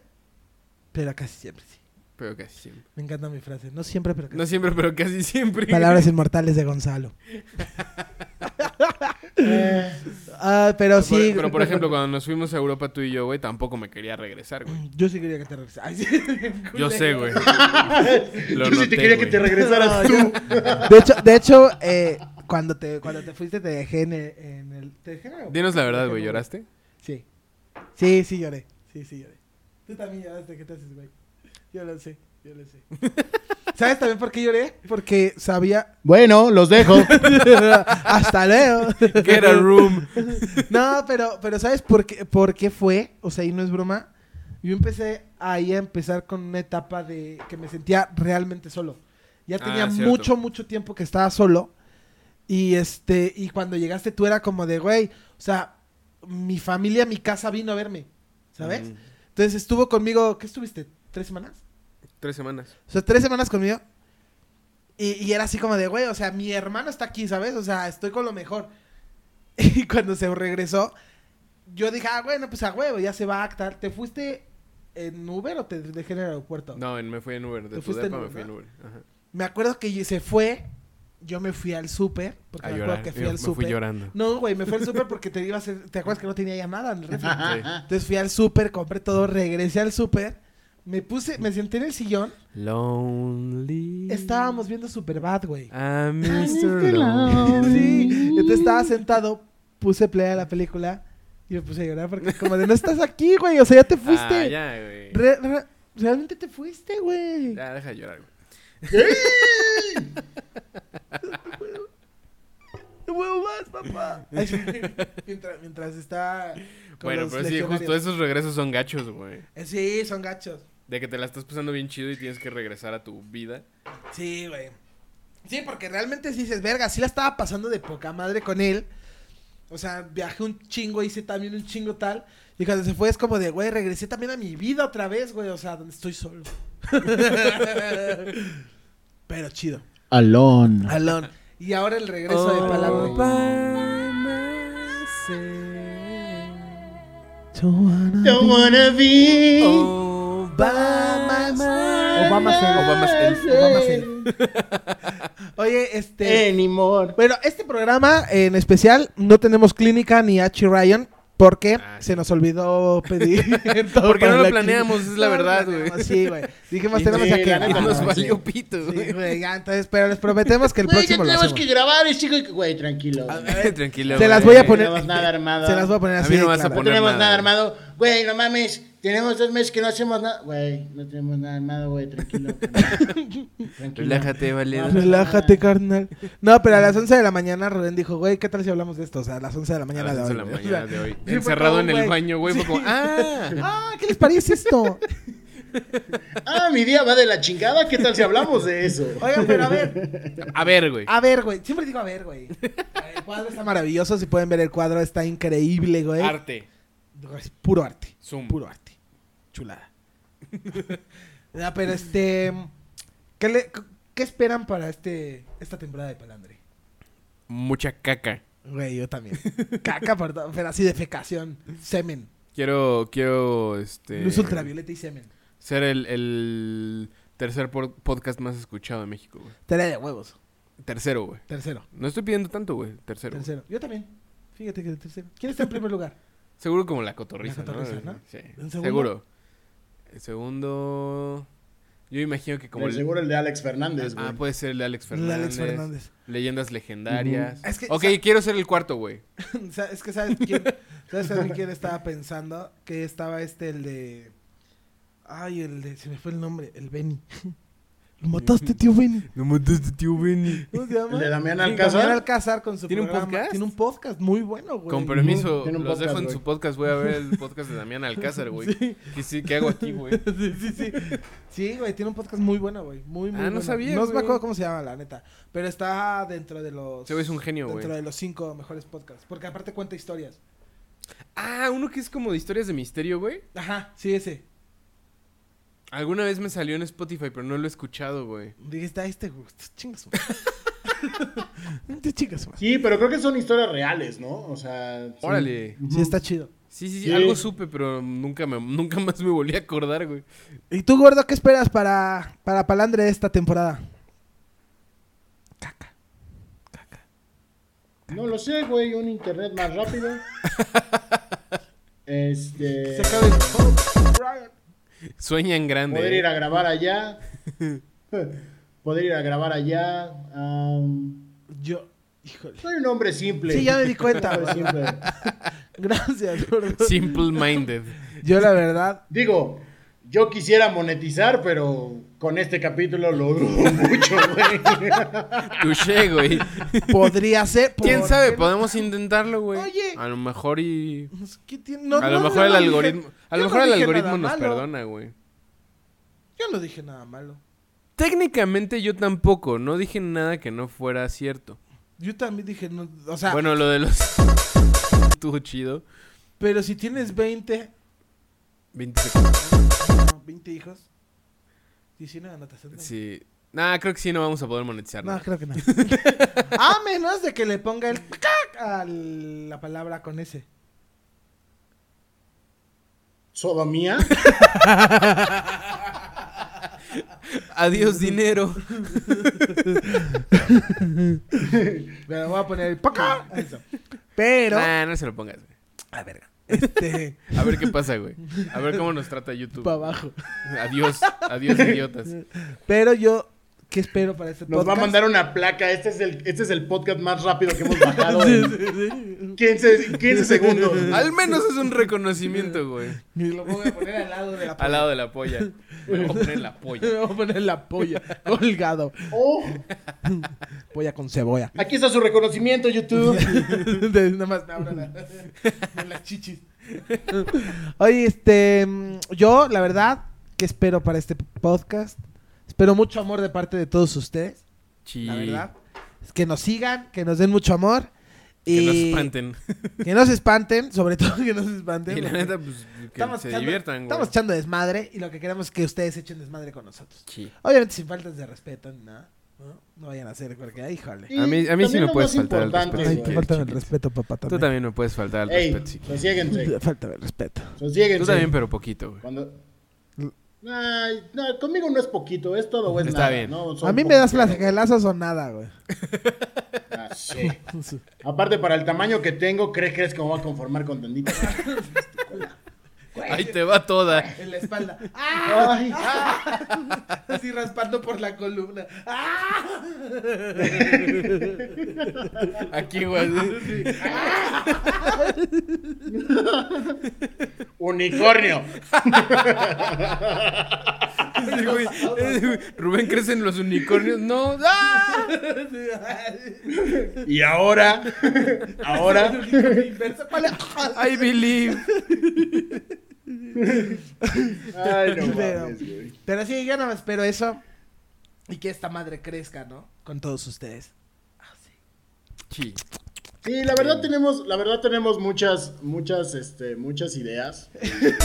Speaker 3: pero casi siempre sí.
Speaker 1: Pero casi siempre.
Speaker 3: Me encanta mi frase. No siempre, pero casi
Speaker 1: No siempre, pero casi siempre.
Speaker 3: Palabras inmortales de Gonzalo. Ah, pero
Speaker 1: Pero, por-
Speaker 3: sí.
Speaker 1: pero, por ejemplo, cuando nos fuimos a Europa tú y yo, güey, tampoco me quería regresar, güey.
Speaker 3: Yo sí quería que te regresaras. Ay, sí,
Speaker 1: Yo
Speaker 3: culero.
Speaker 1: sé, güey. Lo
Speaker 2: Yo sí
Speaker 1: noté,
Speaker 2: te quería
Speaker 1: güey.
Speaker 2: que te
Speaker 3: Ah,
Speaker 2: regresaras tú.
Speaker 3: De hecho, de hecho eh, cuando, te, cuando te fuiste, te dejé en el. en el- ¿Te dejé en el-
Speaker 1: Dinos la verdad, güey,
Speaker 3: Sí.
Speaker 1: ¿lloraste?
Speaker 3: Sí. Sí, sí lloré. Sí, sí lloré. Tú también lloraste. ¿Qué te haces, güey? Yo lo sé. Yo lo sé. ¿Sabes también por qué lloré? Porque sabía.
Speaker 2: Bueno, los dejo.
Speaker 3: Hasta luego.
Speaker 1: Get a room.
Speaker 3: No, pero, pero ¿sabes por qué, por qué fue? O sea, y no es broma. Yo empecé ahí a empezar con una etapa de que me sentía realmente solo. Ya
Speaker 1: Ah,
Speaker 3: tenía
Speaker 1: cierto.
Speaker 3: mucho, mucho tiempo que estaba solo. Y este, y cuando llegaste tú era como de, güey, o sea, mi familia, mi casa vino a verme, ¿sabes?
Speaker 1: Mm.
Speaker 3: Entonces estuvo conmigo, ¿qué estuviste? ¿Tres semanas?
Speaker 1: Tres semanas.
Speaker 3: O sea, tres semanas conmigo. Y, y era así como de, güey, o sea, mi hermano está aquí, ¿sabes? O sea, estoy con lo mejor. Y cuando se regresó, yo dije, ah, bueno, pues a huevo, ya se va a actar. ¿Te fuiste en Uber o te dejé en el aeropuerto?
Speaker 1: No, en- me fui en Uber.
Speaker 3: ¿Te
Speaker 1: De tu
Speaker 3: fuiste en
Speaker 1: depa me
Speaker 3: Uber,
Speaker 1: fui en
Speaker 3: no?
Speaker 1: Uber. Ajá.
Speaker 3: Me acuerdo que se fue, yo me fui al súper, porque
Speaker 1: A
Speaker 3: me
Speaker 1: llorar.
Speaker 3: acuerdo que fui
Speaker 1: Yo
Speaker 3: al
Speaker 1: me fui
Speaker 3: súper.
Speaker 1: llorando.
Speaker 3: No, güey, me fui al súper porque te iba a hacer- ¿te acuerdas que no tenía ya nada en el refri?
Speaker 1: Sí.
Speaker 3: Entonces fui al súper, compré todo, regresé al súper, me puse, me senté en el sillón,
Speaker 1: Lonely.
Speaker 3: estábamos Ah, viendo Superbad, güey.
Speaker 1: A Mr. Lonely.
Speaker 3: Sí, entonces estaba sentado, puse play a la película y me puse a llorar porque como de no estás aquí, güey, o sea, ya te fuiste.
Speaker 1: Ah, ya, güey.
Speaker 3: Re- re- realmente te fuiste, güey.
Speaker 1: Ya, deja de llorar, güey.
Speaker 3: No puedo más, papá. Ay, sí. mientras, mientras está con
Speaker 1: Bueno,
Speaker 3: los
Speaker 1: pero sí, justo
Speaker 3: legionarios.
Speaker 1: esos regresos son gachos, güey.
Speaker 3: Eh, Sí, son gachos.
Speaker 1: De que te la estás pasando bien chido y tienes que regresar a tu vida.
Speaker 3: Sí, güey. Sí, porque realmente sí dices, verga, sí la estaba pasando de poca madre con él. O sea, viajé un chingo, hice también un chingo tal. Y cuando se fue es como de, güey, regresé también a mi vida otra vez, güey. O sea, donde estoy solo. Pero chido.
Speaker 7: Alone.
Speaker 3: Alón. Y ahora el regreso de Palabra.
Speaker 2: Don't wanna be.
Speaker 3: Oh, Obama. Obama.
Speaker 1: Obama es el-
Speaker 3: Obama. Oye, este...
Speaker 2: Anymore.
Speaker 3: Bueno, este programa en especial no tenemos clínica ni H. Ryan porque
Speaker 1: Ah, sí.
Speaker 3: se nos olvidó pedir. todo
Speaker 1: Porque
Speaker 3: para
Speaker 1: no lo
Speaker 3: la
Speaker 1: planeamos,
Speaker 3: clínica.
Speaker 1: es la
Speaker 3: No lo
Speaker 1: verdad,
Speaker 3: planeamos,
Speaker 1: güey.
Speaker 3: Sí, güey. Dijimos,
Speaker 1: Y
Speaker 3: tenemos
Speaker 2: sí,
Speaker 3: aquí.
Speaker 2: la neta,
Speaker 3: Ah,
Speaker 1: Nos
Speaker 2: sí.
Speaker 1: valió pito, güey.
Speaker 3: sí, güey, ya, entonces, pero les prometemos que el
Speaker 4: Güey, ya
Speaker 3: próximo lo
Speaker 4: tenemos
Speaker 3: hacemos.
Speaker 4: que
Speaker 3: Se
Speaker 4: grabar y chico. y-
Speaker 2: Güey, tranquilo. güey.
Speaker 1: Tranquilo.
Speaker 3: Se las
Speaker 1: güey.
Speaker 3: voy a
Speaker 2: No
Speaker 3: poner-
Speaker 2: tenemos nada armado.
Speaker 3: las voy a poner
Speaker 1: A mí
Speaker 3: así.
Speaker 1: no vas a
Speaker 3: Clara.
Speaker 2: No
Speaker 1: poner
Speaker 2: tenemos
Speaker 1: nada.
Speaker 2: nada armado. Güey, no mames. Tenemos dos meses que no hacemos nada. Güey, no tenemos nada armado, güey. Tranquilo. carnal. tranquilo.
Speaker 1: Relájate, vale.
Speaker 2: Ah,
Speaker 3: Relájate, carnal. No, pero a las 11 de la mañana Rubén dijo, güey, ¿qué tal si hablamos de esto? O sea, a las 11 de la
Speaker 1: A
Speaker 3: mañana
Speaker 1: las
Speaker 3: de
Speaker 1: 11
Speaker 3: hoy.
Speaker 1: de la
Speaker 3: güey.
Speaker 1: mañana de hoy.
Speaker 3: Sí, fue
Speaker 1: Encerrado
Speaker 3: como,
Speaker 1: en el baño, güey. Fue
Speaker 3: Sí.
Speaker 1: como, ¡ah!
Speaker 3: Ah, ¿qué les parece esto?
Speaker 2: Ah, mi día va de la chingada. ¿Qué tal si hablamos de eso?
Speaker 3: Oigan, pero a ver,
Speaker 1: A ver, güey.
Speaker 3: A ver, güey. Siempre digo a ver, güey. El cuadro está maravilloso. Si pueden ver el cuadro, está increíble, güey.
Speaker 1: Arte.
Speaker 3: Es puro arte.
Speaker 1: Zoom.
Speaker 3: Puro arte. Chulada. No, pero este. ¿Qué, le- qué esperan para este esta temporada de Palandre?
Speaker 1: Mucha caca.
Speaker 3: Güey, yo también. Caca, por todo, pero así defecación. Semen.
Speaker 1: Quiero, quiero, este...
Speaker 3: Luz ultravioleta y semen.
Speaker 1: Ser el, el tercer por- podcast más escuchado de México, güey.
Speaker 3: Tarea de huevos.
Speaker 1: Tercero, güey.
Speaker 3: Tercero.
Speaker 1: No estoy pidiendo tanto, güey. Tercero. güey.
Speaker 3: Tercero. Yo también. Fíjate que tercero. ¿Quién está en primer lugar?
Speaker 1: Seguro como la cotorriza,
Speaker 3: La cotorriza,
Speaker 1: ¿no?
Speaker 3: ¿no?
Speaker 1: Sí.
Speaker 3: ¿Un segundo?
Speaker 1: Seguro. El segundo... Yo imagino que como...
Speaker 2: Como
Speaker 1: el-
Speaker 2: seguro el de Alex Fernández, güey.
Speaker 1: Ah, puede ser el de Alex
Speaker 3: El
Speaker 1: Fernández.
Speaker 3: de Alex Fernández.
Speaker 1: Leyendas legendarias.
Speaker 3: Es que-
Speaker 1: ok,
Speaker 3: sa-
Speaker 1: quiero ser el cuarto, güey.
Speaker 3: Sa- Es que sabes quién, sabes también quién estaba pensando que estaba este el de ay el de se me fue el nombre el Benny lo mataste tío Benny este
Speaker 1: No mataste, tío Benny.
Speaker 3: ¿cómo se llama?
Speaker 2: ¿El de Damián
Speaker 3: Sí,
Speaker 2: Alcázar?
Speaker 3: Damián Alcázar con su
Speaker 1: ¿Tiene un
Speaker 3: programa.
Speaker 1: podcast?
Speaker 3: tiene un podcast muy bueno güey
Speaker 1: Con permiso,
Speaker 2: Tiene un
Speaker 1: los
Speaker 2: podcast,
Speaker 1: dejo en
Speaker 2: güey.
Speaker 1: su podcast. Voy a ver el podcast de Damián Alcázar, güey.
Speaker 3: Sí.
Speaker 1: ¿Qué, sí, ¿Qué hago aquí, güey?
Speaker 3: sí sí sí sí güey tiene un podcast muy bueno güey muy muy
Speaker 1: Ah, no
Speaker 3: bueno.
Speaker 1: sabía,
Speaker 3: no me
Speaker 1: güey.
Speaker 3: acuerdo cómo se llama la neta pero está dentro de los
Speaker 1: Ese güey es un genio, güey.
Speaker 3: dentro de los cinco mejores podcasts porque aparte cuenta historias
Speaker 1: Ah, uno que es como de historias de misterio, güey.
Speaker 3: ajá sí ese
Speaker 1: Alguna vez me salió en Spotify, pero no lo he escuchado, güey.
Speaker 3: Dije, está este, güey. Te chingas, güey. Te chingas, güey.
Speaker 2: Sí, pero creo que son historias reales, ¿no? O sea. son-
Speaker 1: Órale.
Speaker 3: Sí, está chido.
Speaker 1: Sí, sí, sí,
Speaker 2: Sí.
Speaker 1: algo supe, pero nunca, me, nunca más me volví a acordar, güey.
Speaker 3: ¿Y tú, gordo, qué esperas para, para Palandre esta temporada? Caca.
Speaker 2: No lo sé, güey. Un internet más rápido. Este.
Speaker 3: Se acaba el-
Speaker 1: Sueña en grande.
Speaker 2: Poder
Speaker 1: eh.
Speaker 2: ir a grabar allá. Poder ir a grabar allá. am,
Speaker 3: Yo, híjole.
Speaker 2: soy un hombre simple.
Speaker 3: Sí, ya me di cuenta,
Speaker 2: Soy
Speaker 3: güey.
Speaker 2: simple.
Speaker 3: Gracias, gordo.
Speaker 1: ¿eh? Simple minded.
Speaker 3: Yo, la verdad,
Speaker 2: Digo, Yo quisiera monetizar, pero con este capítulo lo dudo mucho, güey.
Speaker 1: Touché, güey.
Speaker 3: Podría ser. por-
Speaker 1: ¿Quién sabe? Podemos intentarlo, güey.
Speaker 3: Oye.
Speaker 1: A lo mejor y...
Speaker 3: ¿Qué tiene? No,
Speaker 1: a
Speaker 3: no,
Speaker 1: lo
Speaker 3: yo
Speaker 1: mejor el
Speaker 3: no dije-
Speaker 1: algoritmo... A
Speaker 3: yo
Speaker 1: lo
Speaker 3: no
Speaker 1: mejor el
Speaker 3: dije nada
Speaker 1: algoritmo nos
Speaker 3: malo.
Speaker 1: perdona, güey.
Speaker 3: Yo no dije nada malo.
Speaker 1: Técnicamente yo tampoco. No dije nada que no fuera cierto.
Speaker 3: Yo también dije, no, o sea,
Speaker 1: Bueno, lo de los... Estuvo chido.
Speaker 3: pero si tienes 20,
Speaker 1: 20 segundos.
Speaker 3: no, 20 hijos, 19 anotaciones.
Speaker 1: Sí. Nah, creo que sí no vamos a poder monetizar.
Speaker 3: No,
Speaker 1: nada.
Speaker 3: creo que no. A menos de que le ponga el cac a la palabra con ese.
Speaker 2: Sodomía.
Speaker 1: Adiós dinero.
Speaker 3: Le voy a poner el paca. a eso. Pero,
Speaker 1: Nah, no se lo pongas, güey.
Speaker 3: este,
Speaker 1: A ver qué pasa, güey. A ver cómo nos trata YouTube.
Speaker 3: para abajo.
Speaker 1: Adiós, adiós, idiotas.
Speaker 3: Pero yo, ¿qué espero para este
Speaker 2: Nos va a
Speaker 3: podcast?
Speaker 2: mandar una placa. Este es el, este es el podcast más rápido que hemos bajado en 15, 15 segundos.
Speaker 1: Al menos es un reconocimiento, güey.
Speaker 3: Y lo voy a poner al lado de la
Speaker 1: Al lado de la polla. Me lo voy a poner en la
Speaker 3: Le
Speaker 1: polla.
Speaker 3: voy a poner la polla, colgado.
Speaker 2: Oh,
Speaker 3: Polla con cebolla.
Speaker 2: aquí está su reconocimiento, YouTube.
Speaker 3: De- nada más me abro la- de las chichis. Oye, este. mm, Yo, la verdad, que espero para este podcast. Espero mucho amor de parte de todos ustedes.
Speaker 1: Sí.
Speaker 3: La verdad. Es Que nos sigan, que nos den mucho amor.
Speaker 1: Que
Speaker 3: Y
Speaker 1: no se espanten.
Speaker 3: Que no se espanten, sobre todo que no se espanten.
Speaker 1: Y la
Speaker 3: porque
Speaker 1: neta, pues, que
Speaker 3: estamos
Speaker 1: se
Speaker 3: echando-
Speaker 1: diviertan, güey.
Speaker 3: Estamos echando desmadre y lo que queremos es que ustedes echen desmadre con nosotros.
Speaker 1: Sí.
Speaker 3: Obviamente sin faltas de respeto, ni nada, ¿no? No vayan a hacer porque, ay, jole.
Speaker 2: Y
Speaker 1: A mí- a mí sí
Speaker 2: también
Speaker 1: me
Speaker 2: lo
Speaker 1: puedes
Speaker 2: más
Speaker 1: faltar al
Speaker 2: importante,
Speaker 1: respeto, Ay,
Speaker 2: güey.
Speaker 1: te falta- faltame el
Speaker 3: respeto, papá,
Speaker 1: Tú también me puedes faltar al
Speaker 2: Ey,
Speaker 1: respeto, si quieres.
Speaker 2: sosiéguense,
Speaker 3: Falta el respeto.
Speaker 2: sosiéguense.
Speaker 1: Tú también, pero poquito, güey.
Speaker 2: Cuando... Ay, no, conmigo no es poquito, es todo o es
Speaker 1: Está
Speaker 2: nada,
Speaker 1: bien.
Speaker 2: ¿no? Son
Speaker 3: A mí me das
Speaker 2: poquitos.
Speaker 3: las gelazas o nada, güey.
Speaker 2: Ah, sí. Aparte, para el tamaño que tengo, ¿crees, crees que me voy a conformar con tendita?
Speaker 1: Ahí te va toda.
Speaker 3: En la espalda. Ah,
Speaker 2: Ay,
Speaker 3: Así raspando por la columna. ¡Ah!
Speaker 1: Aquí, güey.
Speaker 2: unicornio.
Speaker 1: Ese güey- ese güey, Rubén, ¿crecen los unicornios? No. ¡Ah!
Speaker 2: Y ahora, ahora,
Speaker 3: ah.
Speaker 1: I believe.
Speaker 2: ay, no
Speaker 3: Pero-
Speaker 2: mames, güey.
Speaker 3: Pero sí, yo nada más espero eso. Y que esta madre crezca, ¿no? Con todos ustedes.
Speaker 1: Sí.
Speaker 2: Sí, la verdad tenemos, la verdad tenemos muchas, muchas, este, muchas ideas. Eh,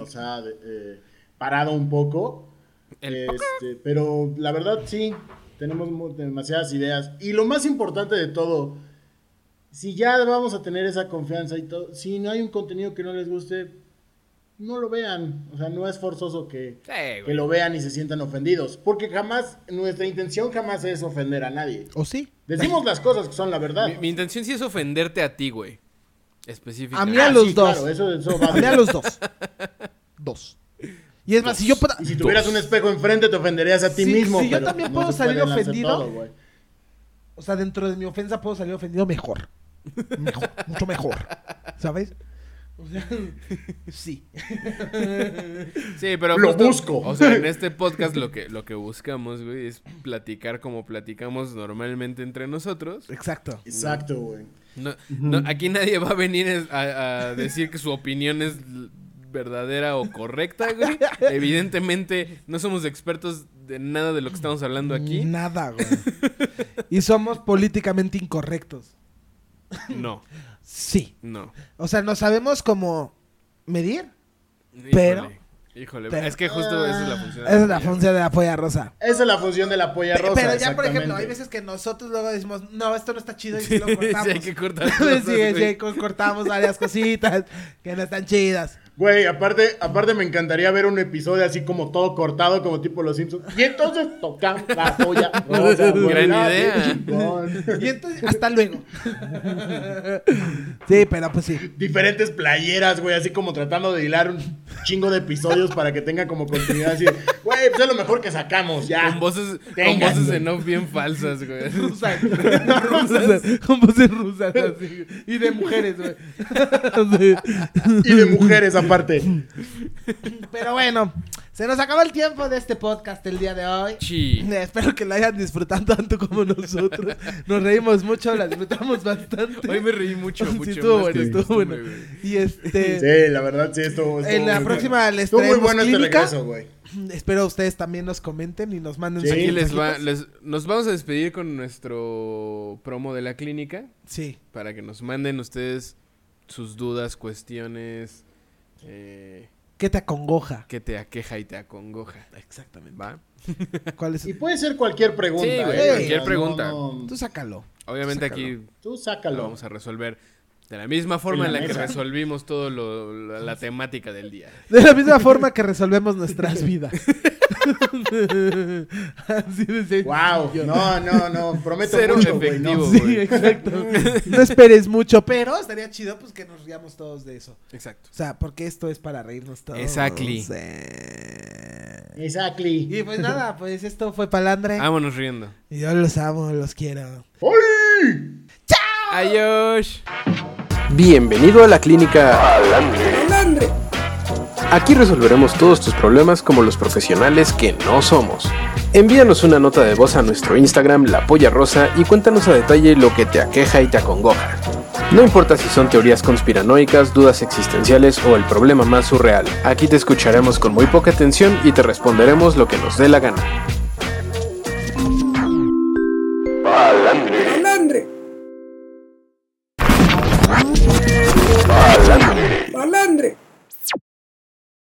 Speaker 2: Nos ha eh, parado un poco.
Speaker 1: El
Speaker 2: Este, pero la verdad sí, tenemos mu- demasiadas ideas. Y lo más importante de todo, si ya vamos a tener esa confianza y todo, si no hay un contenido que no les guste, no lo vean. O sea, no es forzoso que,
Speaker 1: Sí,
Speaker 2: que
Speaker 1: güey.
Speaker 2: lo vean y se sientan ofendidos. Porque jamás, nuestra intención jamás es ofender a nadie.
Speaker 3: ¿O sí?
Speaker 2: Decimos las cosas que son la verdad.
Speaker 1: Mi, mi intención sí es ofenderte a ti, güey. Específica.
Speaker 3: A mí a los dos.
Speaker 2: Claro, eso, eso va
Speaker 3: A mí a los dos. Dos. Y es más, si yo pueda-
Speaker 2: Y si tuvieras un espejo enfrente te ofenderías a ti
Speaker 3: Sí,
Speaker 2: mismo.
Speaker 3: sí, yo
Speaker 2: pero
Speaker 3: también
Speaker 2: no
Speaker 3: puedo
Speaker 2: se
Speaker 3: salir
Speaker 2: pueden hacer
Speaker 3: ofendido.
Speaker 2: todo, güey.
Speaker 3: O sea, dentro de mi ofensa puedo salir ofendido mejor. Mejor, mucho mejor. ¿Sabes? O sea, sí.
Speaker 1: Sí, pero
Speaker 2: Lo busco.
Speaker 1: O sea, en este podcast lo que, lo que buscamos, güey, es platicar como platicamos normalmente entre nosotros.
Speaker 3: Exacto.
Speaker 2: Exacto, güey.
Speaker 1: No, no, aquí nadie va a venir es- a, a decir que su opinión es l- verdadera o correcta, güey. Evidentemente, no somos expertos de nada de lo que estamos hablando aquí.
Speaker 3: Nada, güey. y somos políticamente incorrectos.
Speaker 1: No,
Speaker 3: Sí.
Speaker 1: no.
Speaker 3: O sea, no sabemos cómo medir.
Speaker 1: Híjole,
Speaker 3: Pero-
Speaker 1: Híjole,
Speaker 3: pero-
Speaker 1: es que justo esa es la función. de
Speaker 3: Esa es la
Speaker 1: polla,
Speaker 3: función de la polla rosa.
Speaker 2: Esa es la función de la polla rosa.
Speaker 3: Pero ya, por ejemplo,
Speaker 2: exactamente.
Speaker 3: hay veces que nosotros luego decimos, no, esto no está chido y
Speaker 1: Sí,
Speaker 3: lo cortamos.
Speaker 1: sí, hay que cortar
Speaker 3: Sí,
Speaker 1: cosas,
Speaker 3: sí,
Speaker 1: güey.
Speaker 3: sí, co- cortamos varias cositas que no están chidas.
Speaker 2: Güey, aparte, aparte me encantaría ver un episodio así como todo cortado, como tipo Los Simpsons. Y entonces tocamos la polla rosa. güey.
Speaker 1: Gran
Speaker 2: Ah, qué
Speaker 1: idea.
Speaker 2: chingón.
Speaker 3: Y entonces, hasta luego. Sí, pero pues sí.
Speaker 2: Diferentes playeras, güey, así como tratando de hilar un chingo de episodios para que tenga como continuidad así. de, Güey, pues es lo mejor que sacamos, ya.
Speaker 1: Con voces, con
Speaker 2: Tengan,
Speaker 1: voces
Speaker 2: güey.
Speaker 1: en off bien falsas, güey.
Speaker 3: Rusas. Rusas. Con voces rusas, así. Y de mujeres, güey. Sí.
Speaker 2: Y de mujeres aparte.
Speaker 3: Pero bueno, Se nos acabó el tiempo de este podcast el día de hoy.
Speaker 1: Chi.
Speaker 3: Espero que la hayan disfrutado tanto como nosotros. Nos reímos mucho, la disfrutamos bastante.
Speaker 1: Hoy me reí mucho,
Speaker 3: Sí,
Speaker 1: mucho.
Speaker 3: estuvo
Speaker 1: más
Speaker 3: bueno,
Speaker 1: que
Speaker 3: estuvo
Speaker 1: costumbre,
Speaker 3: bueno.
Speaker 1: güey.
Speaker 3: Y este.
Speaker 2: Sí, la verdad, sí, estuvo. estuvo
Speaker 3: En la
Speaker 2: muy
Speaker 3: próxima
Speaker 2: bueno.
Speaker 3: les
Speaker 2: Estuvo muy
Speaker 3: traemos
Speaker 2: bueno este
Speaker 3: clínica.
Speaker 2: regreso, güey.
Speaker 3: Espero ustedes también nos comenten y nos manden
Speaker 2: Sí.
Speaker 3: sus
Speaker 1: Aquí les va,
Speaker 3: mensajitos.
Speaker 1: les- nos vamos a despedir con nuestro promo de la clínica
Speaker 3: Sí.
Speaker 1: para que nos manden ustedes sus dudas, cuestiones, eh,
Speaker 3: ¿Qué te acongoja?
Speaker 1: que te aqueja y te acongoja. Exactamente. ¿Va?
Speaker 3: ¿Cuál es?
Speaker 2: Y puede ser cualquier pregunta.
Speaker 1: Sí, güey,
Speaker 2: ¿eh?
Speaker 1: cualquier
Speaker 2: No,
Speaker 1: pregunta.
Speaker 2: no,
Speaker 3: Tú sácalo.
Speaker 1: Obviamente
Speaker 3: Sácalo.
Speaker 1: aquí
Speaker 2: tú
Speaker 1: lo
Speaker 2: sácalo.
Speaker 1: vamos a resolver de la misma forma en
Speaker 2: En
Speaker 1: la,
Speaker 2: la
Speaker 1: que
Speaker 2: mesa.
Speaker 1: resolvimos todo lo, la, la temática del día.
Speaker 3: De la misma forma que resolvemos nuestras vidas. Así de sencillo.
Speaker 2: Wow, no, no, no, prometo
Speaker 1: Cero
Speaker 2: mucho, güey, no.
Speaker 1: efectivo,
Speaker 3: Sí,
Speaker 1: güey.
Speaker 3: exacto. No esperes mucho, pero estaría chido pues que nos riamos todos de eso.
Speaker 1: Exacto.
Speaker 3: O sea, porque esto es para reírnos todos.
Speaker 1: Exactly.
Speaker 3: Eh.
Speaker 2: Exactly.
Speaker 3: Y pues nada, pues esto fue Palandre.
Speaker 1: Vámonos riendo.
Speaker 3: Y yo los amo, los quiero.
Speaker 2: ¡Ay!
Speaker 1: Adiós.
Speaker 9: Bienvenido a la clínica Alandre. Aquí resolveremos todos tus problemas como los profesionales que no somos. Envíanos una nota de voz a nuestro Instagram La Polla Rosa y cuéntanos a detalle lo que te aqueja y te acongoja. No importa si son teorías conspiranoicas, dudas existenciales o el problema más surreal, aquí te escucharemos con muy poca atención y te responderemos lo que nos dé la gana.